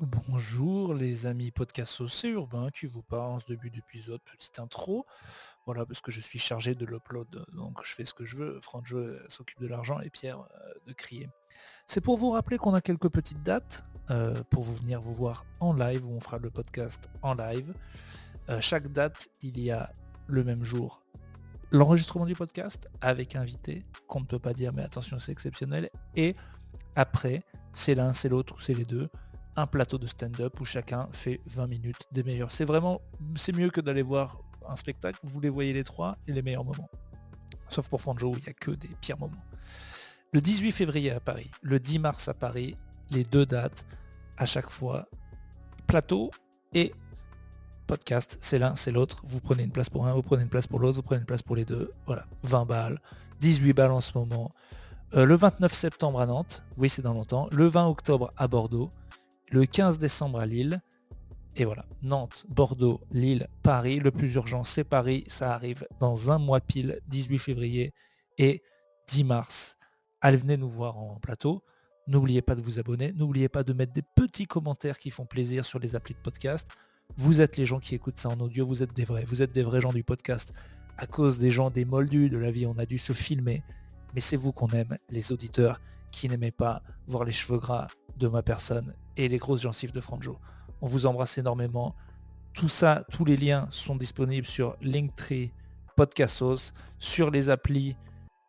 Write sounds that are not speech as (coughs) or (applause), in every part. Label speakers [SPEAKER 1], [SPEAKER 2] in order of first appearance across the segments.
[SPEAKER 1] Bonjour les amis podcastos, c'est Urbain qui vous parle en ce début d'épisode, petite intro. Voilà, parce que je suis chargé de l'upload, donc je fais ce que je veux. Franjo euh, s'occupe de l'argent et Pierre euh, de crier. C'est pour vous rappeler qu'on a quelques petites dates euh, pour vous venir vous voir en live, où on fera le podcast en live. Euh, chaque date, il y a le même jour l'enregistrement du podcast avec invité, qu'on ne peut pas dire, mais attention, c'est exceptionnel. Et après, c'est l'un, c'est l'autre, ou c'est les deux, un plateau de stand-up où chacun fait 20 minutes des meilleurs. C'est vraiment, c'est mieux que d'aller voir un spectacle, vous les voyez les trois et les meilleurs moments. Sauf pour Franjo où il n'y a que des pires moments. Le 18 février à Paris, le 10 mars à Paris, les deux dates, à chaque fois, plateau et podcast, c'est l'un, c'est l'autre. Vous prenez une place pour un, vous prenez une place pour l'autre, vous prenez une place pour les deux. Voilà, 20 balles, 18 balles en ce moment. Euh, le 29 septembre à Nantes, oui c'est dans longtemps. Le 20 octobre à Bordeaux, le 15 décembre à Lille. Et voilà, Nantes, Bordeaux, Lille, Paris. Le plus urgent, c'est Paris. Ça arrive dans un mois pile, 18 février et 10 mars. Allez, venez nous voir en plateau. N'oubliez pas de vous abonner. N'oubliez pas de mettre des petits commentaires qui font plaisir sur les applis de podcast. Vous êtes les gens qui écoutent ça en audio, vous êtes des vrais, vous êtes des vrais gens du podcast. À cause des gens, des moldus de la vie, on a dû se filmer. Mais c'est vous qu'on aime, les auditeurs qui n'aimaient pas voir les cheveux gras de ma personne et les grosses gencives de Franjo. On vous embrasse énormément. Tout ça, tous les liens sont disponibles sur Linktree, Podcastos, sur les applis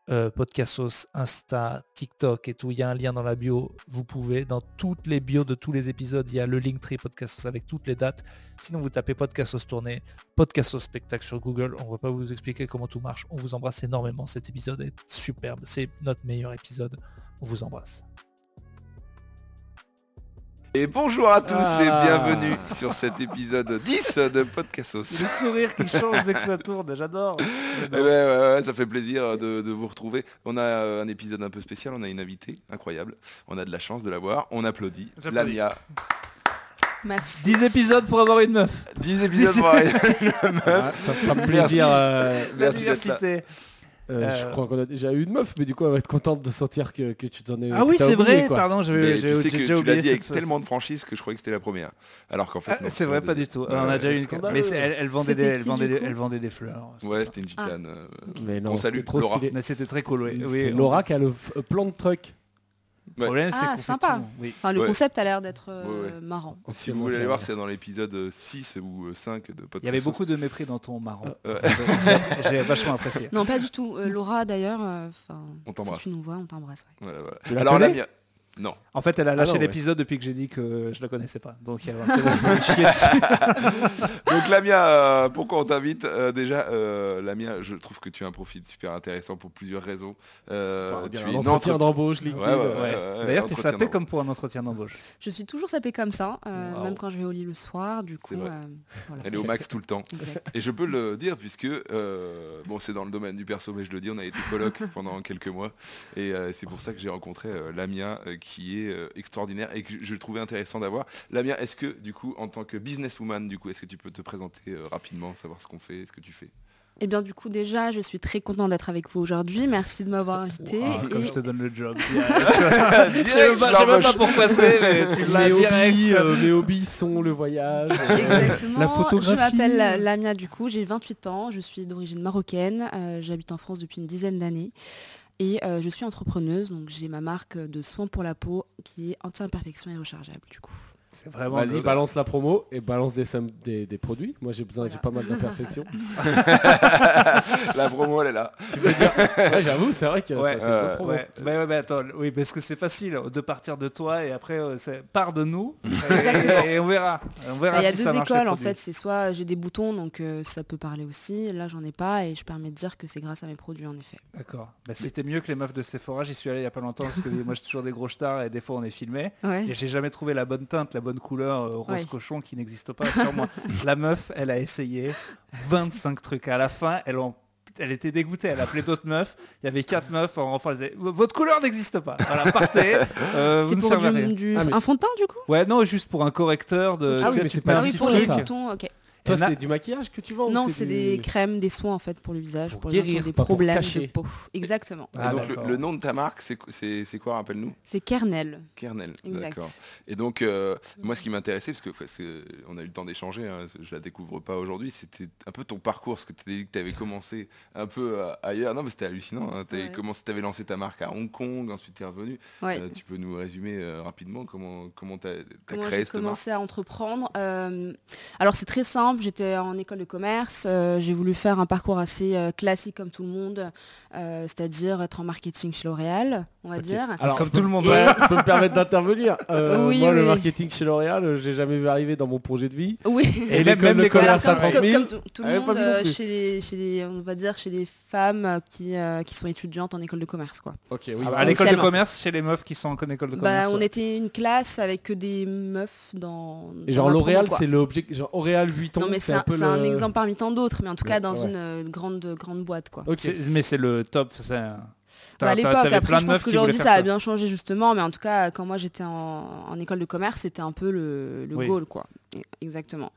[SPEAKER 1] euh, Podcastos, Insta, TikTok et tout. Il y a un lien dans la bio. Vous pouvez, dans toutes les bios de tous les épisodes, il y a le Linktree Podcastos avec toutes les dates. Sinon, vous tapez Podcastos tournée, Podcastos spectacle sur Google. On ne va pas vous expliquer comment tout marche. On vous embrasse énormément. Cet épisode est superbe. C'est notre meilleur épisode. On vous embrasse.
[SPEAKER 2] Et bonjour à tous
[SPEAKER 3] Ah.
[SPEAKER 2] et bienvenue sur cet épisode 10 de Podcastos.
[SPEAKER 3] Le sourire qui change dès que ça tourne, j'adore.
[SPEAKER 2] Eh ouais, ouais, ouais, ça fait plaisir de, de vous retrouver. On a euh, un épisode un peu spécial, on a une invitée incroyable. On a de la chance de la voir. On applaudit.
[SPEAKER 3] J'applaudis.
[SPEAKER 2] Lamia.
[SPEAKER 4] Merci.
[SPEAKER 3] 10 épisodes pour avoir une meuf.
[SPEAKER 2] 10 épisodes pour
[SPEAKER 3] (laughs)
[SPEAKER 2] arriver.
[SPEAKER 5] Ah, ça fera
[SPEAKER 2] plaisir,
[SPEAKER 5] plaisir. euh,
[SPEAKER 2] Merci
[SPEAKER 3] La
[SPEAKER 2] d'être là.
[SPEAKER 3] diversité.
[SPEAKER 5] Je
[SPEAKER 3] Euh,
[SPEAKER 5] crois qu'on a déjà eu une meuf, mais du coup, elle va être contente de sentir que, que tu t'en es.
[SPEAKER 2] Euh,
[SPEAKER 3] Ah
[SPEAKER 5] que
[SPEAKER 3] oui,
[SPEAKER 5] t'as
[SPEAKER 3] c'est
[SPEAKER 5] oublié,
[SPEAKER 3] vrai,
[SPEAKER 5] quoi.
[SPEAKER 3] pardon,
[SPEAKER 2] Mais
[SPEAKER 3] j'avais
[SPEAKER 2] tu
[SPEAKER 3] j'ai-
[SPEAKER 2] sais
[SPEAKER 3] j'ai
[SPEAKER 2] que tu l'as
[SPEAKER 3] oublié
[SPEAKER 2] dit avec
[SPEAKER 3] cette
[SPEAKER 2] tellement de franchise que je croyais que c'était la première. Alors qu'en fait.
[SPEAKER 3] Ah,
[SPEAKER 2] non,
[SPEAKER 3] c'est
[SPEAKER 2] on
[SPEAKER 3] vrai,
[SPEAKER 2] a
[SPEAKER 3] pas
[SPEAKER 2] des-
[SPEAKER 3] du tout.
[SPEAKER 2] Ouais,
[SPEAKER 3] on a déjà
[SPEAKER 2] ouais,
[SPEAKER 3] eu une
[SPEAKER 2] c'était-
[SPEAKER 3] Mais c'est- elle, elle vendait des,
[SPEAKER 4] C'était
[SPEAKER 3] elle
[SPEAKER 4] qui,
[SPEAKER 3] vendait
[SPEAKER 4] du
[SPEAKER 3] des-
[SPEAKER 4] coup
[SPEAKER 3] elle vendait des fleurs.
[SPEAKER 2] Ouais, c'était une gitane.
[SPEAKER 3] Ah.
[SPEAKER 2] euh,
[SPEAKER 5] Mais non,
[SPEAKER 2] On salue
[SPEAKER 5] c'était trop
[SPEAKER 2] Laura.
[SPEAKER 5] stylé.
[SPEAKER 3] Mais c'était très cool. Oui.
[SPEAKER 5] C'était
[SPEAKER 3] Oui, on-
[SPEAKER 5] Laura qui a le f- euh, plan de truck.
[SPEAKER 3] Le problème, c'est
[SPEAKER 4] Ah,
[SPEAKER 3] qu'on fait
[SPEAKER 4] sympa.
[SPEAKER 3] tout. Oui.
[SPEAKER 4] Enfin, le
[SPEAKER 2] Ouais.
[SPEAKER 4] concept a l'air d'être euh,
[SPEAKER 2] Ouais,
[SPEAKER 4] marrant.
[SPEAKER 2] Si vous voulez aller voir, c'est dans l'épisode 6 ou euh, 5 de Podcastos.
[SPEAKER 3] Il y avait beaucoup de mépris dans ton marron.
[SPEAKER 2] Euh, Ouais.
[SPEAKER 3] J'ai- J'ai vachement apprécié.
[SPEAKER 4] Non, pas du tout. Euh, Laura, d'ailleurs, euh, enfin,
[SPEAKER 2] On
[SPEAKER 4] si
[SPEAKER 2] t'embrasse.
[SPEAKER 4] tu nous vois, on t'embrasse. ouais.
[SPEAKER 2] Voilà, voilà.
[SPEAKER 5] Tu l'as
[SPEAKER 2] Alors
[SPEAKER 5] appelée
[SPEAKER 2] Lamia. Ah Non.
[SPEAKER 3] En fait, elle a lâché
[SPEAKER 5] non, ouais.
[SPEAKER 3] l'épisode depuis que j'ai dit que je la connaissais pas. Donc, elle a vraiment chier dessus.
[SPEAKER 2] Donc Lamia, euh, pourquoi on t'invite Euh, Déjà, euh, Lamia, je trouve que tu as un profil super intéressant pour plusieurs raisons. Euh,
[SPEAKER 5] tu
[SPEAKER 2] tu
[SPEAKER 5] un
[SPEAKER 2] es une
[SPEAKER 5] entretien
[SPEAKER 2] entre-
[SPEAKER 5] d'embauche,
[SPEAKER 2] Ouais,
[SPEAKER 5] LinkedIn.
[SPEAKER 2] ouais, ouais,
[SPEAKER 5] euh,
[SPEAKER 3] Ouais.
[SPEAKER 2] ouais,
[SPEAKER 3] D'ailleurs, t'es
[SPEAKER 2] entretien
[SPEAKER 3] sapé
[SPEAKER 2] d'embauche.
[SPEAKER 3] comme pour un entretien d'embauche.
[SPEAKER 4] Je suis toujours sapée comme ça, euh,
[SPEAKER 3] Waouh.
[SPEAKER 4] même quand je vais au lit le soir. Du coup,
[SPEAKER 2] vrai.
[SPEAKER 4] euh, voilà.
[SPEAKER 2] Elle est au max tout le temps.
[SPEAKER 4] (laughs) Exact.
[SPEAKER 2] Et je peux le dire puisque, euh, bon c'est dans le domaine du perso mais je le dis, on a été coloc
[SPEAKER 5] (laughs)
[SPEAKER 2] pendant quelques mois et euh, c'est pour ça que j'ai rencontré euh, Lamia euh, qui est euh, extraordinaire et que je, je le trouvais intéressant d'avoir. Lamia, est-ce que du coup en tant que businesswoman, du coup, est-ce que tu peux te présenter euh, rapidement, savoir ce qu'on fait, ce que tu fais
[SPEAKER 4] Eh bien, du coup, déjà, je suis très contente d'être avec vous aujourd'hui. Merci de m'avoir invité.
[SPEAKER 3] Waouh, Comme
[SPEAKER 4] et-
[SPEAKER 3] je te donne le job.
[SPEAKER 2] Direct,
[SPEAKER 5] Ah,
[SPEAKER 3] Je sais même pas, je sais même
[SPEAKER 2] l'embauche.
[SPEAKER 3] pas pourquoi c'est, mais
[SPEAKER 4] (laughs)
[SPEAKER 3] tu l'as
[SPEAKER 5] Mes
[SPEAKER 3] direct.
[SPEAKER 5] hobbies, euh, mes hobbies sont le voyage. euh,
[SPEAKER 4] Exactement.
[SPEAKER 5] La photographie.
[SPEAKER 4] Je m'appelle la- Lamia du coup, j'ai 28 ans, je suis d'origine marocaine, euh, j'habite en France depuis une dizaine d'années et euh, je suis entrepreneuse, donc j'ai ma marque de soins pour la peau qui est anti-imperfection et rechargeable du coup.
[SPEAKER 3] C'est vraiment
[SPEAKER 5] Vas-y,
[SPEAKER 3] le-
[SPEAKER 5] balance la promo et balance des, sommes- des, des produits. Moi, j'ai besoin, j'ai
[SPEAKER 4] Voilà.
[SPEAKER 5] pas mal d'imperfections.
[SPEAKER 2] La promo elle est là.
[SPEAKER 5] tu veux dire Ouais, j'avoue, c'est vrai que
[SPEAKER 3] Ouais,
[SPEAKER 5] ça, c'est une
[SPEAKER 2] euh,
[SPEAKER 5] bonne promo.
[SPEAKER 3] Ouais, bah ouais, bah attends, oui, parce que c'est facile euh, de partir de toi et après, euh, c'est- pars de nous et-
[SPEAKER 4] (laughs) Exactement.
[SPEAKER 3] et, on verra. On verra
[SPEAKER 4] Bah, Il y a
[SPEAKER 3] si
[SPEAKER 4] deux
[SPEAKER 3] ça marche, le
[SPEAKER 4] écoles en
[SPEAKER 3] produit.
[SPEAKER 4] fait, c'est soit j'ai des boutons donc euh, ça peut parler aussi, là j'en ai pas et je permets de dire que c'est grâce à mes produits en effet.
[SPEAKER 3] D'accord. Bah, c'était mieux que les meufs de Sephora, j'y suis allé il y a pas longtemps parce que moi j'ai toujours des gros stars et des fois on est filmé. Et
[SPEAKER 5] euh,
[SPEAKER 4] Ouais.
[SPEAKER 3] j'ai jamais trouvé la bonne teinte, la bonne couleur euh, rose
[SPEAKER 4] Ouais.
[SPEAKER 3] cochon qui n'existe pas sur
[SPEAKER 4] (laughs)
[SPEAKER 3] moi. la meuf, elle a essayé 25 trucs. À la fin, elle en elle était dégoûtée, elle appelait d'autres meufs, il y avait quatre meufs en renfort, elle disait, votre couleur n'existe pas. Voilà,
[SPEAKER 4] (laughs)
[SPEAKER 3] partez, euh, vous
[SPEAKER 4] C'est
[SPEAKER 3] ne
[SPEAKER 4] pour
[SPEAKER 3] servez à rien.
[SPEAKER 4] du, du-
[SPEAKER 5] Ah, mais
[SPEAKER 4] un
[SPEAKER 5] c'est-
[SPEAKER 4] fond de teint du coup
[SPEAKER 3] Ouais, non, juste pour un correcteur de. tu
[SPEAKER 5] Ah oui,
[SPEAKER 3] sais, tu
[SPEAKER 5] mais c'est
[SPEAKER 3] mets
[SPEAKER 5] pas
[SPEAKER 3] un
[SPEAKER 4] Ah oui
[SPEAKER 3] petit
[SPEAKER 4] pour
[SPEAKER 5] truc,
[SPEAKER 4] les
[SPEAKER 5] ça.
[SPEAKER 3] truc.
[SPEAKER 4] boutons, ok.
[SPEAKER 5] Toi,
[SPEAKER 3] Emma-
[SPEAKER 5] c'est du maquillage que tu vends ou
[SPEAKER 4] Non,
[SPEAKER 5] c'est
[SPEAKER 4] c'est
[SPEAKER 5] du-
[SPEAKER 4] des crèmes, des soins en fait pour le visage,
[SPEAKER 5] Pour
[SPEAKER 4] pour, les gens qui ont
[SPEAKER 5] guérir,
[SPEAKER 4] des
[SPEAKER 5] pas pour
[SPEAKER 4] problèmes de
[SPEAKER 5] cacher.
[SPEAKER 4] peau. Exactement.
[SPEAKER 5] Ah,
[SPEAKER 2] donc le,
[SPEAKER 5] d'accord.
[SPEAKER 2] le nom de ta marque, c'est qu- c'est c'est quoi, rappelle-nous
[SPEAKER 4] C'est Kernel.
[SPEAKER 2] Kernel.
[SPEAKER 4] Exact.
[SPEAKER 2] D'accord. Et donc, euh, moi, ce qui m'intéressait, parce que parce que on a eu le temps d'échanger, hein, je la découvre pas aujourd'hui, c'était un peu ton parcours, parce que tu dit que tu avais commencé un peu euh, ailleurs. Non, mais c'était hallucinant. hein, tu avais
[SPEAKER 4] Ouais.
[SPEAKER 2] lancé ta marque à Hong Kong, ensuite tu es revenu.
[SPEAKER 4] Ouais.
[SPEAKER 2] Euh, tu peux nous résumer euh, rapidement comment comment tu as,
[SPEAKER 4] Comment
[SPEAKER 2] créé
[SPEAKER 4] j'ai
[SPEAKER 2] cette marque
[SPEAKER 4] commencé à entreprendre Euh, Alors c'est très simple, j'étais en école de commerce, euh, j'ai voulu faire un parcours assez euh, classique comme tout le monde, euh, c'est-à-dire être en marketing chez L'Oréal, on va
[SPEAKER 5] Ok.
[SPEAKER 4] dire.
[SPEAKER 5] Alors,
[SPEAKER 3] Comme tout le (laughs) monde.
[SPEAKER 4] Et-
[SPEAKER 5] Ouais, je peux me permettre d'intervenir. Euh,
[SPEAKER 4] Oui,
[SPEAKER 5] moi, le
[SPEAKER 4] oui.
[SPEAKER 5] marketing chez L'Oréal, euh, j'ai jamais vu arriver dans mon projet de vie.
[SPEAKER 4] Oui. (laughs)
[SPEAKER 5] Et
[SPEAKER 3] même-
[SPEAKER 5] même,
[SPEAKER 3] même
[SPEAKER 5] le
[SPEAKER 3] les
[SPEAKER 5] commerce à
[SPEAKER 4] Alors,
[SPEAKER 5] 30
[SPEAKER 4] comme,
[SPEAKER 5] 000.
[SPEAKER 4] comme tout, tout
[SPEAKER 5] elle
[SPEAKER 4] le
[SPEAKER 5] est pas
[SPEAKER 4] monde,
[SPEAKER 5] venue non
[SPEAKER 4] euh,
[SPEAKER 5] plus.
[SPEAKER 4] chez les, chez les, on va dire chez les femmes euh, qui, euh, qui sont étudiantes en école de commerce, quoi.
[SPEAKER 5] Ok, oui.
[SPEAKER 3] Ah bah,
[SPEAKER 5] voilà.
[SPEAKER 3] à l'école de
[SPEAKER 4] Seulement.
[SPEAKER 3] commerce, chez les meufs qui sont en école de
[SPEAKER 4] Bah,
[SPEAKER 3] commerce.
[SPEAKER 4] on
[SPEAKER 3] ouais.
[SPEAKER 4] était une classe avec que des meufs dans.
[SPEAKER 5] Et
[SPEAKER 4] dans
[SPEAKER 5] genre
[SPEAKER 4] ma promo,
[SPEAKER 5] L'Oréal,
[SPEAKER 4] quoi.
[SPEAKER 5] c'est l'objet. Genre L'Oréal Vuitton.
[SPEAKER 4] Non mais c'est un,
[SPEAKER 5] peu
[SPEAKER 4] c'est un
[SPEAKER 5] le-
[SPEAKER 4] exemple parmi tant d'autres, mais en tout
[SPEAKER 5] Le-
[SPEAKER 4] cas dans
[SPEAKER 5] ouais.
[SPEAKER 4] une euh, grande grande boîte quoi.
[SPEAKER 5] Ok.
[SPEAKER 3] C'est- Mais c'est le top. c'est un-
[SPEAKER 4] Bah, à
[SPEAKER 3] t'as- t'as-
[SPEAKER 4] l'époque,
[SPEAKER 3] t'avais
[SPEAKER 4] après, je pense
[SPEAKER 3] qui voulaient
[SPEAKER 4] qu'aujourd'hui,
[SPEAKER 3] faire
[SPEAKER 4] ça a bien changé justement, mais en tout cas, quand moi j'étais en, en école de commerce, c'était un peu le, le
[SPEAKER 3] Oui.
[SPEAKER 4] goal, quoi. E, Exactement.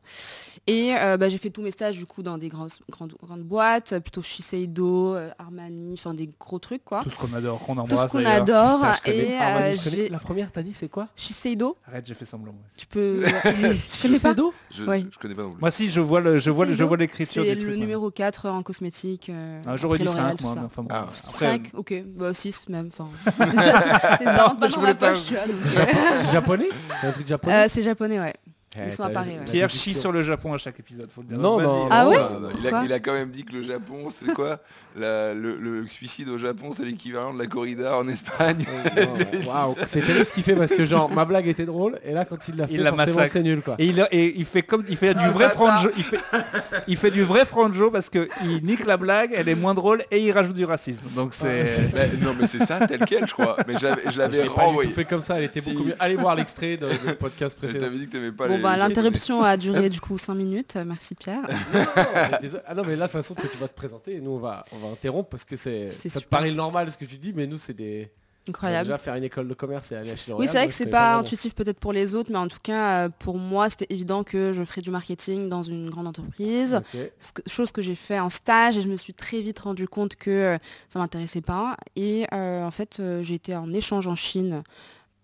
[SPEAKER 4] Et euh, bah, j'ai fait tous mes stages, du coup, dans des grosses- grandes, grandes boîtes, euh, plutôt Shiseido, euh, Armani, enfin des gros trucs, quoi.
[SPEAKER 3] Tout ce qu'on adore, qu'on embrasse.
[SPEAKER 4] Hein Tout ce qu'on
[SPEAKER 3] d'ailleurs.
[SPEAKER 4] adore.
[SPEAKER 3] Putain, je connais.
[SPEAKER 4] Et
[SPEAKER 5] Armani,
[SPEAKER 4] euh,
[SPEAKER 5] je connais.
[SPEAKER 4] j'ai-
[SPEAKER 5] La première, t'as dit, c'est quoi
[SPEAKER 4] Shiseido,
[SPEAKER 3] Arrête, j'ai fait semblant. moi. (laughs)
[SPEAKER 4] tu peux... je connais pas
[SPEAKER 5] Shiseido
[SPEAKER 2] je,
[SPEAKER 4] Ouais.
[SPEAKER 2] je connais pas non plus.
[SPEAKER 3] Moi si, je vois le, je vois, le- je vois l'écriture
[SPEAKER 4] C'est
[SPEAKER 3] du
[SPEAKER 4] le
[SPEAKER 3] truc. ouais.
[SPEAKER 4] numéro 4 en cosmétique. euh,
[SPEAKER 3] hein. Ah, J'aurais
[SPEAKER 4] après
[SPEAKER 3] dit
[SPEAKER 4] L'Oréal,
[SPEAKER 3] 5
[SPEAKER 4] tout
[SPEAKER 3] moi,
[SPEAKER 4] ça.
[SPEAKER 3] mais enfin bon.
[SPEAKER 2] Ah,
[SPEAKER 3] Après, euh,
[SPEAKER 4] 5 Ok, bah 6 même.
[SPEAKER 3] (laughs)
[SPEAKER 4] Enfin, (laughs) ça, les ordres, pas
[SPEAKER 3] je
[SPEAKER 4] dans
[SPEAKER 3] voulais
[SPEAKER 4] ma
[SPEAKER 3] pas-
[SPEAKER 4] poche, tu vois, donc,
[SPEAKER 5] (laughs) Japonais C'est un truc japonais
[SPEAKER 4] (laughs) Euh, c'est japonais, ouais.
[SPEAKER 5] Eh,
[SPEAKER 4] sont
[SPEAKER 5] t'as
[SPEAKER 4] à Paris,
[SPEAKER 5] vu,
[SPEAKER 4] ouais.
[SPEAKER 5] la
[SPEAKER 3] Pierre
[SPEAKER 5] déduction.
[SPEAKER 3] chie sur le Japon à chaque épisode, faut le dire.
[SPEAKER 5] Non,
[SPEAKER 3] Vas-y,
[SPEAKER 5] non.
[SPEAKER 4] Ah
[SPEAKER 2] Non,
[SPEAKER 4] ouais
[SPEAKER 2] (laughs) non, non, Oh il, a,
[SPEAKER 4] Pourquoi
[SPEAKER 2] il a quand même dit que le Japon, c'est
[SPEAKER 4] (laughs)
[SPEAKER 2] quoi La- le, le suicide au Japon, c'est l'équivalent de la corrida en Espagne.
[SPEAKER 5] Oh, Waouh, c'est terrible ce qu'il fait parce que genre ma blague était drôle et là quand il l'a fait,
[SPEAKER 3] Il la
[SPEAKER 5] forcément
[SPEAKER 3] massacre.
[SPEAKER 5] c'est nul quoi.
[SPEAKER 3] Et il, a- et il fait comme il fait du vrai franjo, il fait, il fait du vrai franjo parce que il nique la blague, elle est moins drôle et il rajoute du racisme. Donc c'est
[SPEAKER 2] Bah, non mais c'est ça tel quel je crois. Mais j'avais- je
[SPEAKER 5] Je
[SPEAKER 2] l'avais
[SPEAKER 5] l'ai pas du
[SPEAKER 2] renvoyé.
[SPEAKER 5] tout fait comme ça, elle était
[SPEAKER 2] Si.
[SPEAKER 5] beaucoup mieux. Allez voir l'extrait dans le podcast précédent.
[SPEAKER 2] T'avais dit que t'aimais pas
[SPEAKER 4] Bon
[SPEAKER 2] les-
[SPEAKER 4] bah
[SPEAKER 2] les-
[SPEAKER 4] l'interruption a duré du coup 5 minutes, euh, merci Pierre.
[SPEAKER 5] Mais désolé- ah non mais là de toute façon toi, tu vas te présenter et nous on va, on va interrompre parce que c'est
[SPEAKER 4] C'est
[SPEAKER 5] ça te
[SPEAKER 4] super.
[SPEAKER 5] paraît normal ce que tu dis mais nous c'est des on
[SPEAKER 4] (laughs)
[SPEAKER 5] va
[SPEAKER 4] Incroyable.
[SPEAKER 5] déjà faire une école de commerce et aller à chez
[SPEAKER 4] Oui
[SPEAKER 5] L'Oréal,
[SPEAKER 4] c'est vrai
[SPEAKER 5] moi,
[SPEAKER 4] que
[SPEAKER 5] je
[SPEAKER 4] c'est
[SPEAKER 5] connais
[SPEAKER 4] pas
[SPEAKER 5] vraiment.
[SPEAKER 4] intuitif peut-être pour les autres, mais en tout cas euh, pour moi c'était évident que je ferais du marketing dans une grande entreprise.
[SPEAKER 5] Ok.
[SPEAKER 4] Ce que- chose que j'ai fait en stage et je me suis très vite rendu compte que euh, ça m'intéressait pas. Et euh, en fait euh, j'ai été en échange en Chine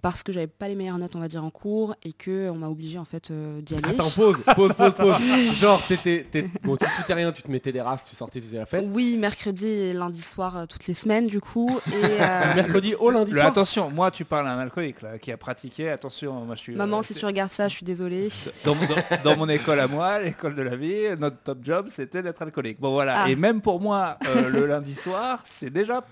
[SPEAKER 4] parce que j'avais pas les meilleures notes on va dire en cours et que on m'a obligé en fait euh, d'y aller.
[SPEAKER 5] Attends pause, pause, pause,
[SPEAKER 4] (laughs)
[SPEAKER 5] pause. Genre t'étais,
[SPEAKER 3] (laughs)
[SPEAKER 5] t'es- bon tu foutais rien, tu te mettais des races, tu sortais, tu faisais la fête.
[SPEAKER 4] Oui, mercredi et lundi soir euh, toutes les semaines du coup. Et,
[SPEAKER 5] (laughs)
[SPEAKER 4] euh,
[SPEAKER 5] Mercredi au lundi
[SPEAKER 3] le,
[SPEAKER 5] soir.
[SPEAKER 3] attention. Moi, tu parles à un alcoolique là qui a pratiqué. Attention, moi je suis.
[SPEAKER 4] Maman,
[SPEAKER 3] euh,
[SPEAKER 4] si
[SPEAKER 3] c'est-
[SPEAKER 4] tu regardes ça, je suis désolée.
[SPEAKER 3] dans, mon- dans- dans mon école à moi, l'école de la vie, notre top job c'était d'être alcoolique. Bon voilà.
[SPEAKER 4] Ah.
[SPEAKER 3] Et même pour moi, euh, le lundi soir, c'est déjà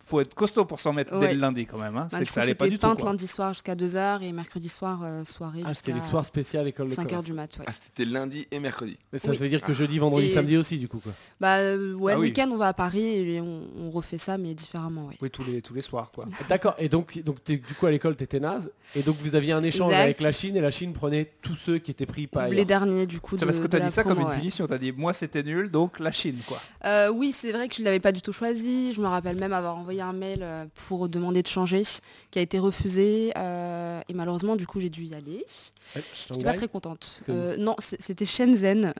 [SPEAKER 3] faut être costaud pour s'en mettre dès
[SPEAKER 4] Ouais.
[SPEAKER 3] le lundi quand même. hein.
[SPEAKER 4] Bah,
[SPEAKER 3] c'est
[SPEAKER 4] du
[SPEAKER 3] que
[SPEAKER 4] coup,
[SPEAKER 3] ça allait
[SPEAKER 4] c'était
[SPEAKER 3] pas du tout.
[SPEAKER 4] peinte
[SPEAKER 3] quoi.
[SPEAKER 4] lundi soir jusqu'à 2h et mercredi soir euh, soirée
[SPEAKER 5] Ah c'était
[SPEAKER 4] jusqu'à
[SPEAKER 5] les soirs spéciales école de
[SPEAKER 4] 5h
[SPEAKER 5] commerce.
[SPEAKER 4] du mat. ouais.
[SPEAKER 2] Ah c'était lundi et mercredi.
[SPEAKER 5] Mais ça
[SPEAKER 4] Oui.
[SPEAKER 5] ça veut dire que jeudi, vendredi,
[SPEAKER 4] Et-
[SPEAKER 5] samedi aussi du coup quoi.
[SPEAKER 4] Bah euh, ouais,
[SPEAKER 3] Ah
[SPEAKER 4] le
[SPEAKER 3] oui.
[SPEAKER 4] week-end on va à Paris et on, on refait ça mais différemment. ouais.
[SPEAKER 3] Oui, tous les tous les soirs quoi.
[SPEAKER 5] D'accord, et donc, donc t'es- du coup à l'école t'étais naze, et donc vous aviez un échange
[SPEAKER 4] Exact.
[SPEAKER 5] avec la Chine, et la Chine prenait tous ceux qui étaient pris par
[SPEAKER 4] Les
[SPEAKER 5] ailleurs.
[SPEAKER 4] derniers du coup.
[SPEAKER 3] C'est
[SPEAKER 4] De,
[SPEAKER 3] parce que
[SPEAKER 4] de
[SPEAKER 3] t'as
[SPEAKER 4] la
[SPEAKER 3] dit ça comme
[SPEAKER 4] promo,
[SPEAKER 3] une
[SPEAKER 4] ouais.
[SPEAKER 3] punition, t'as dit moi c'était nul, donc la Chine quoi.
[SPEAKER 4] Euh, oui, c'est vrai que je ne l'avais pas du tout choisi. Je me rappelle même avoir envoyé un mail euh, pour demander de changer, qui a été refusé. euh, et malheureusement, du coup, j'ai dû y aller.
[SPEAKER 5] Euh,
[SPEAKER 4] J'étais pas
[SPEAKER 5] Shanghai
[SPEAKER 4] très contente.
[SPEAKER 5] C'est où
[SPEAKER 4] Euh, non, c'est- c'était Shenzhen,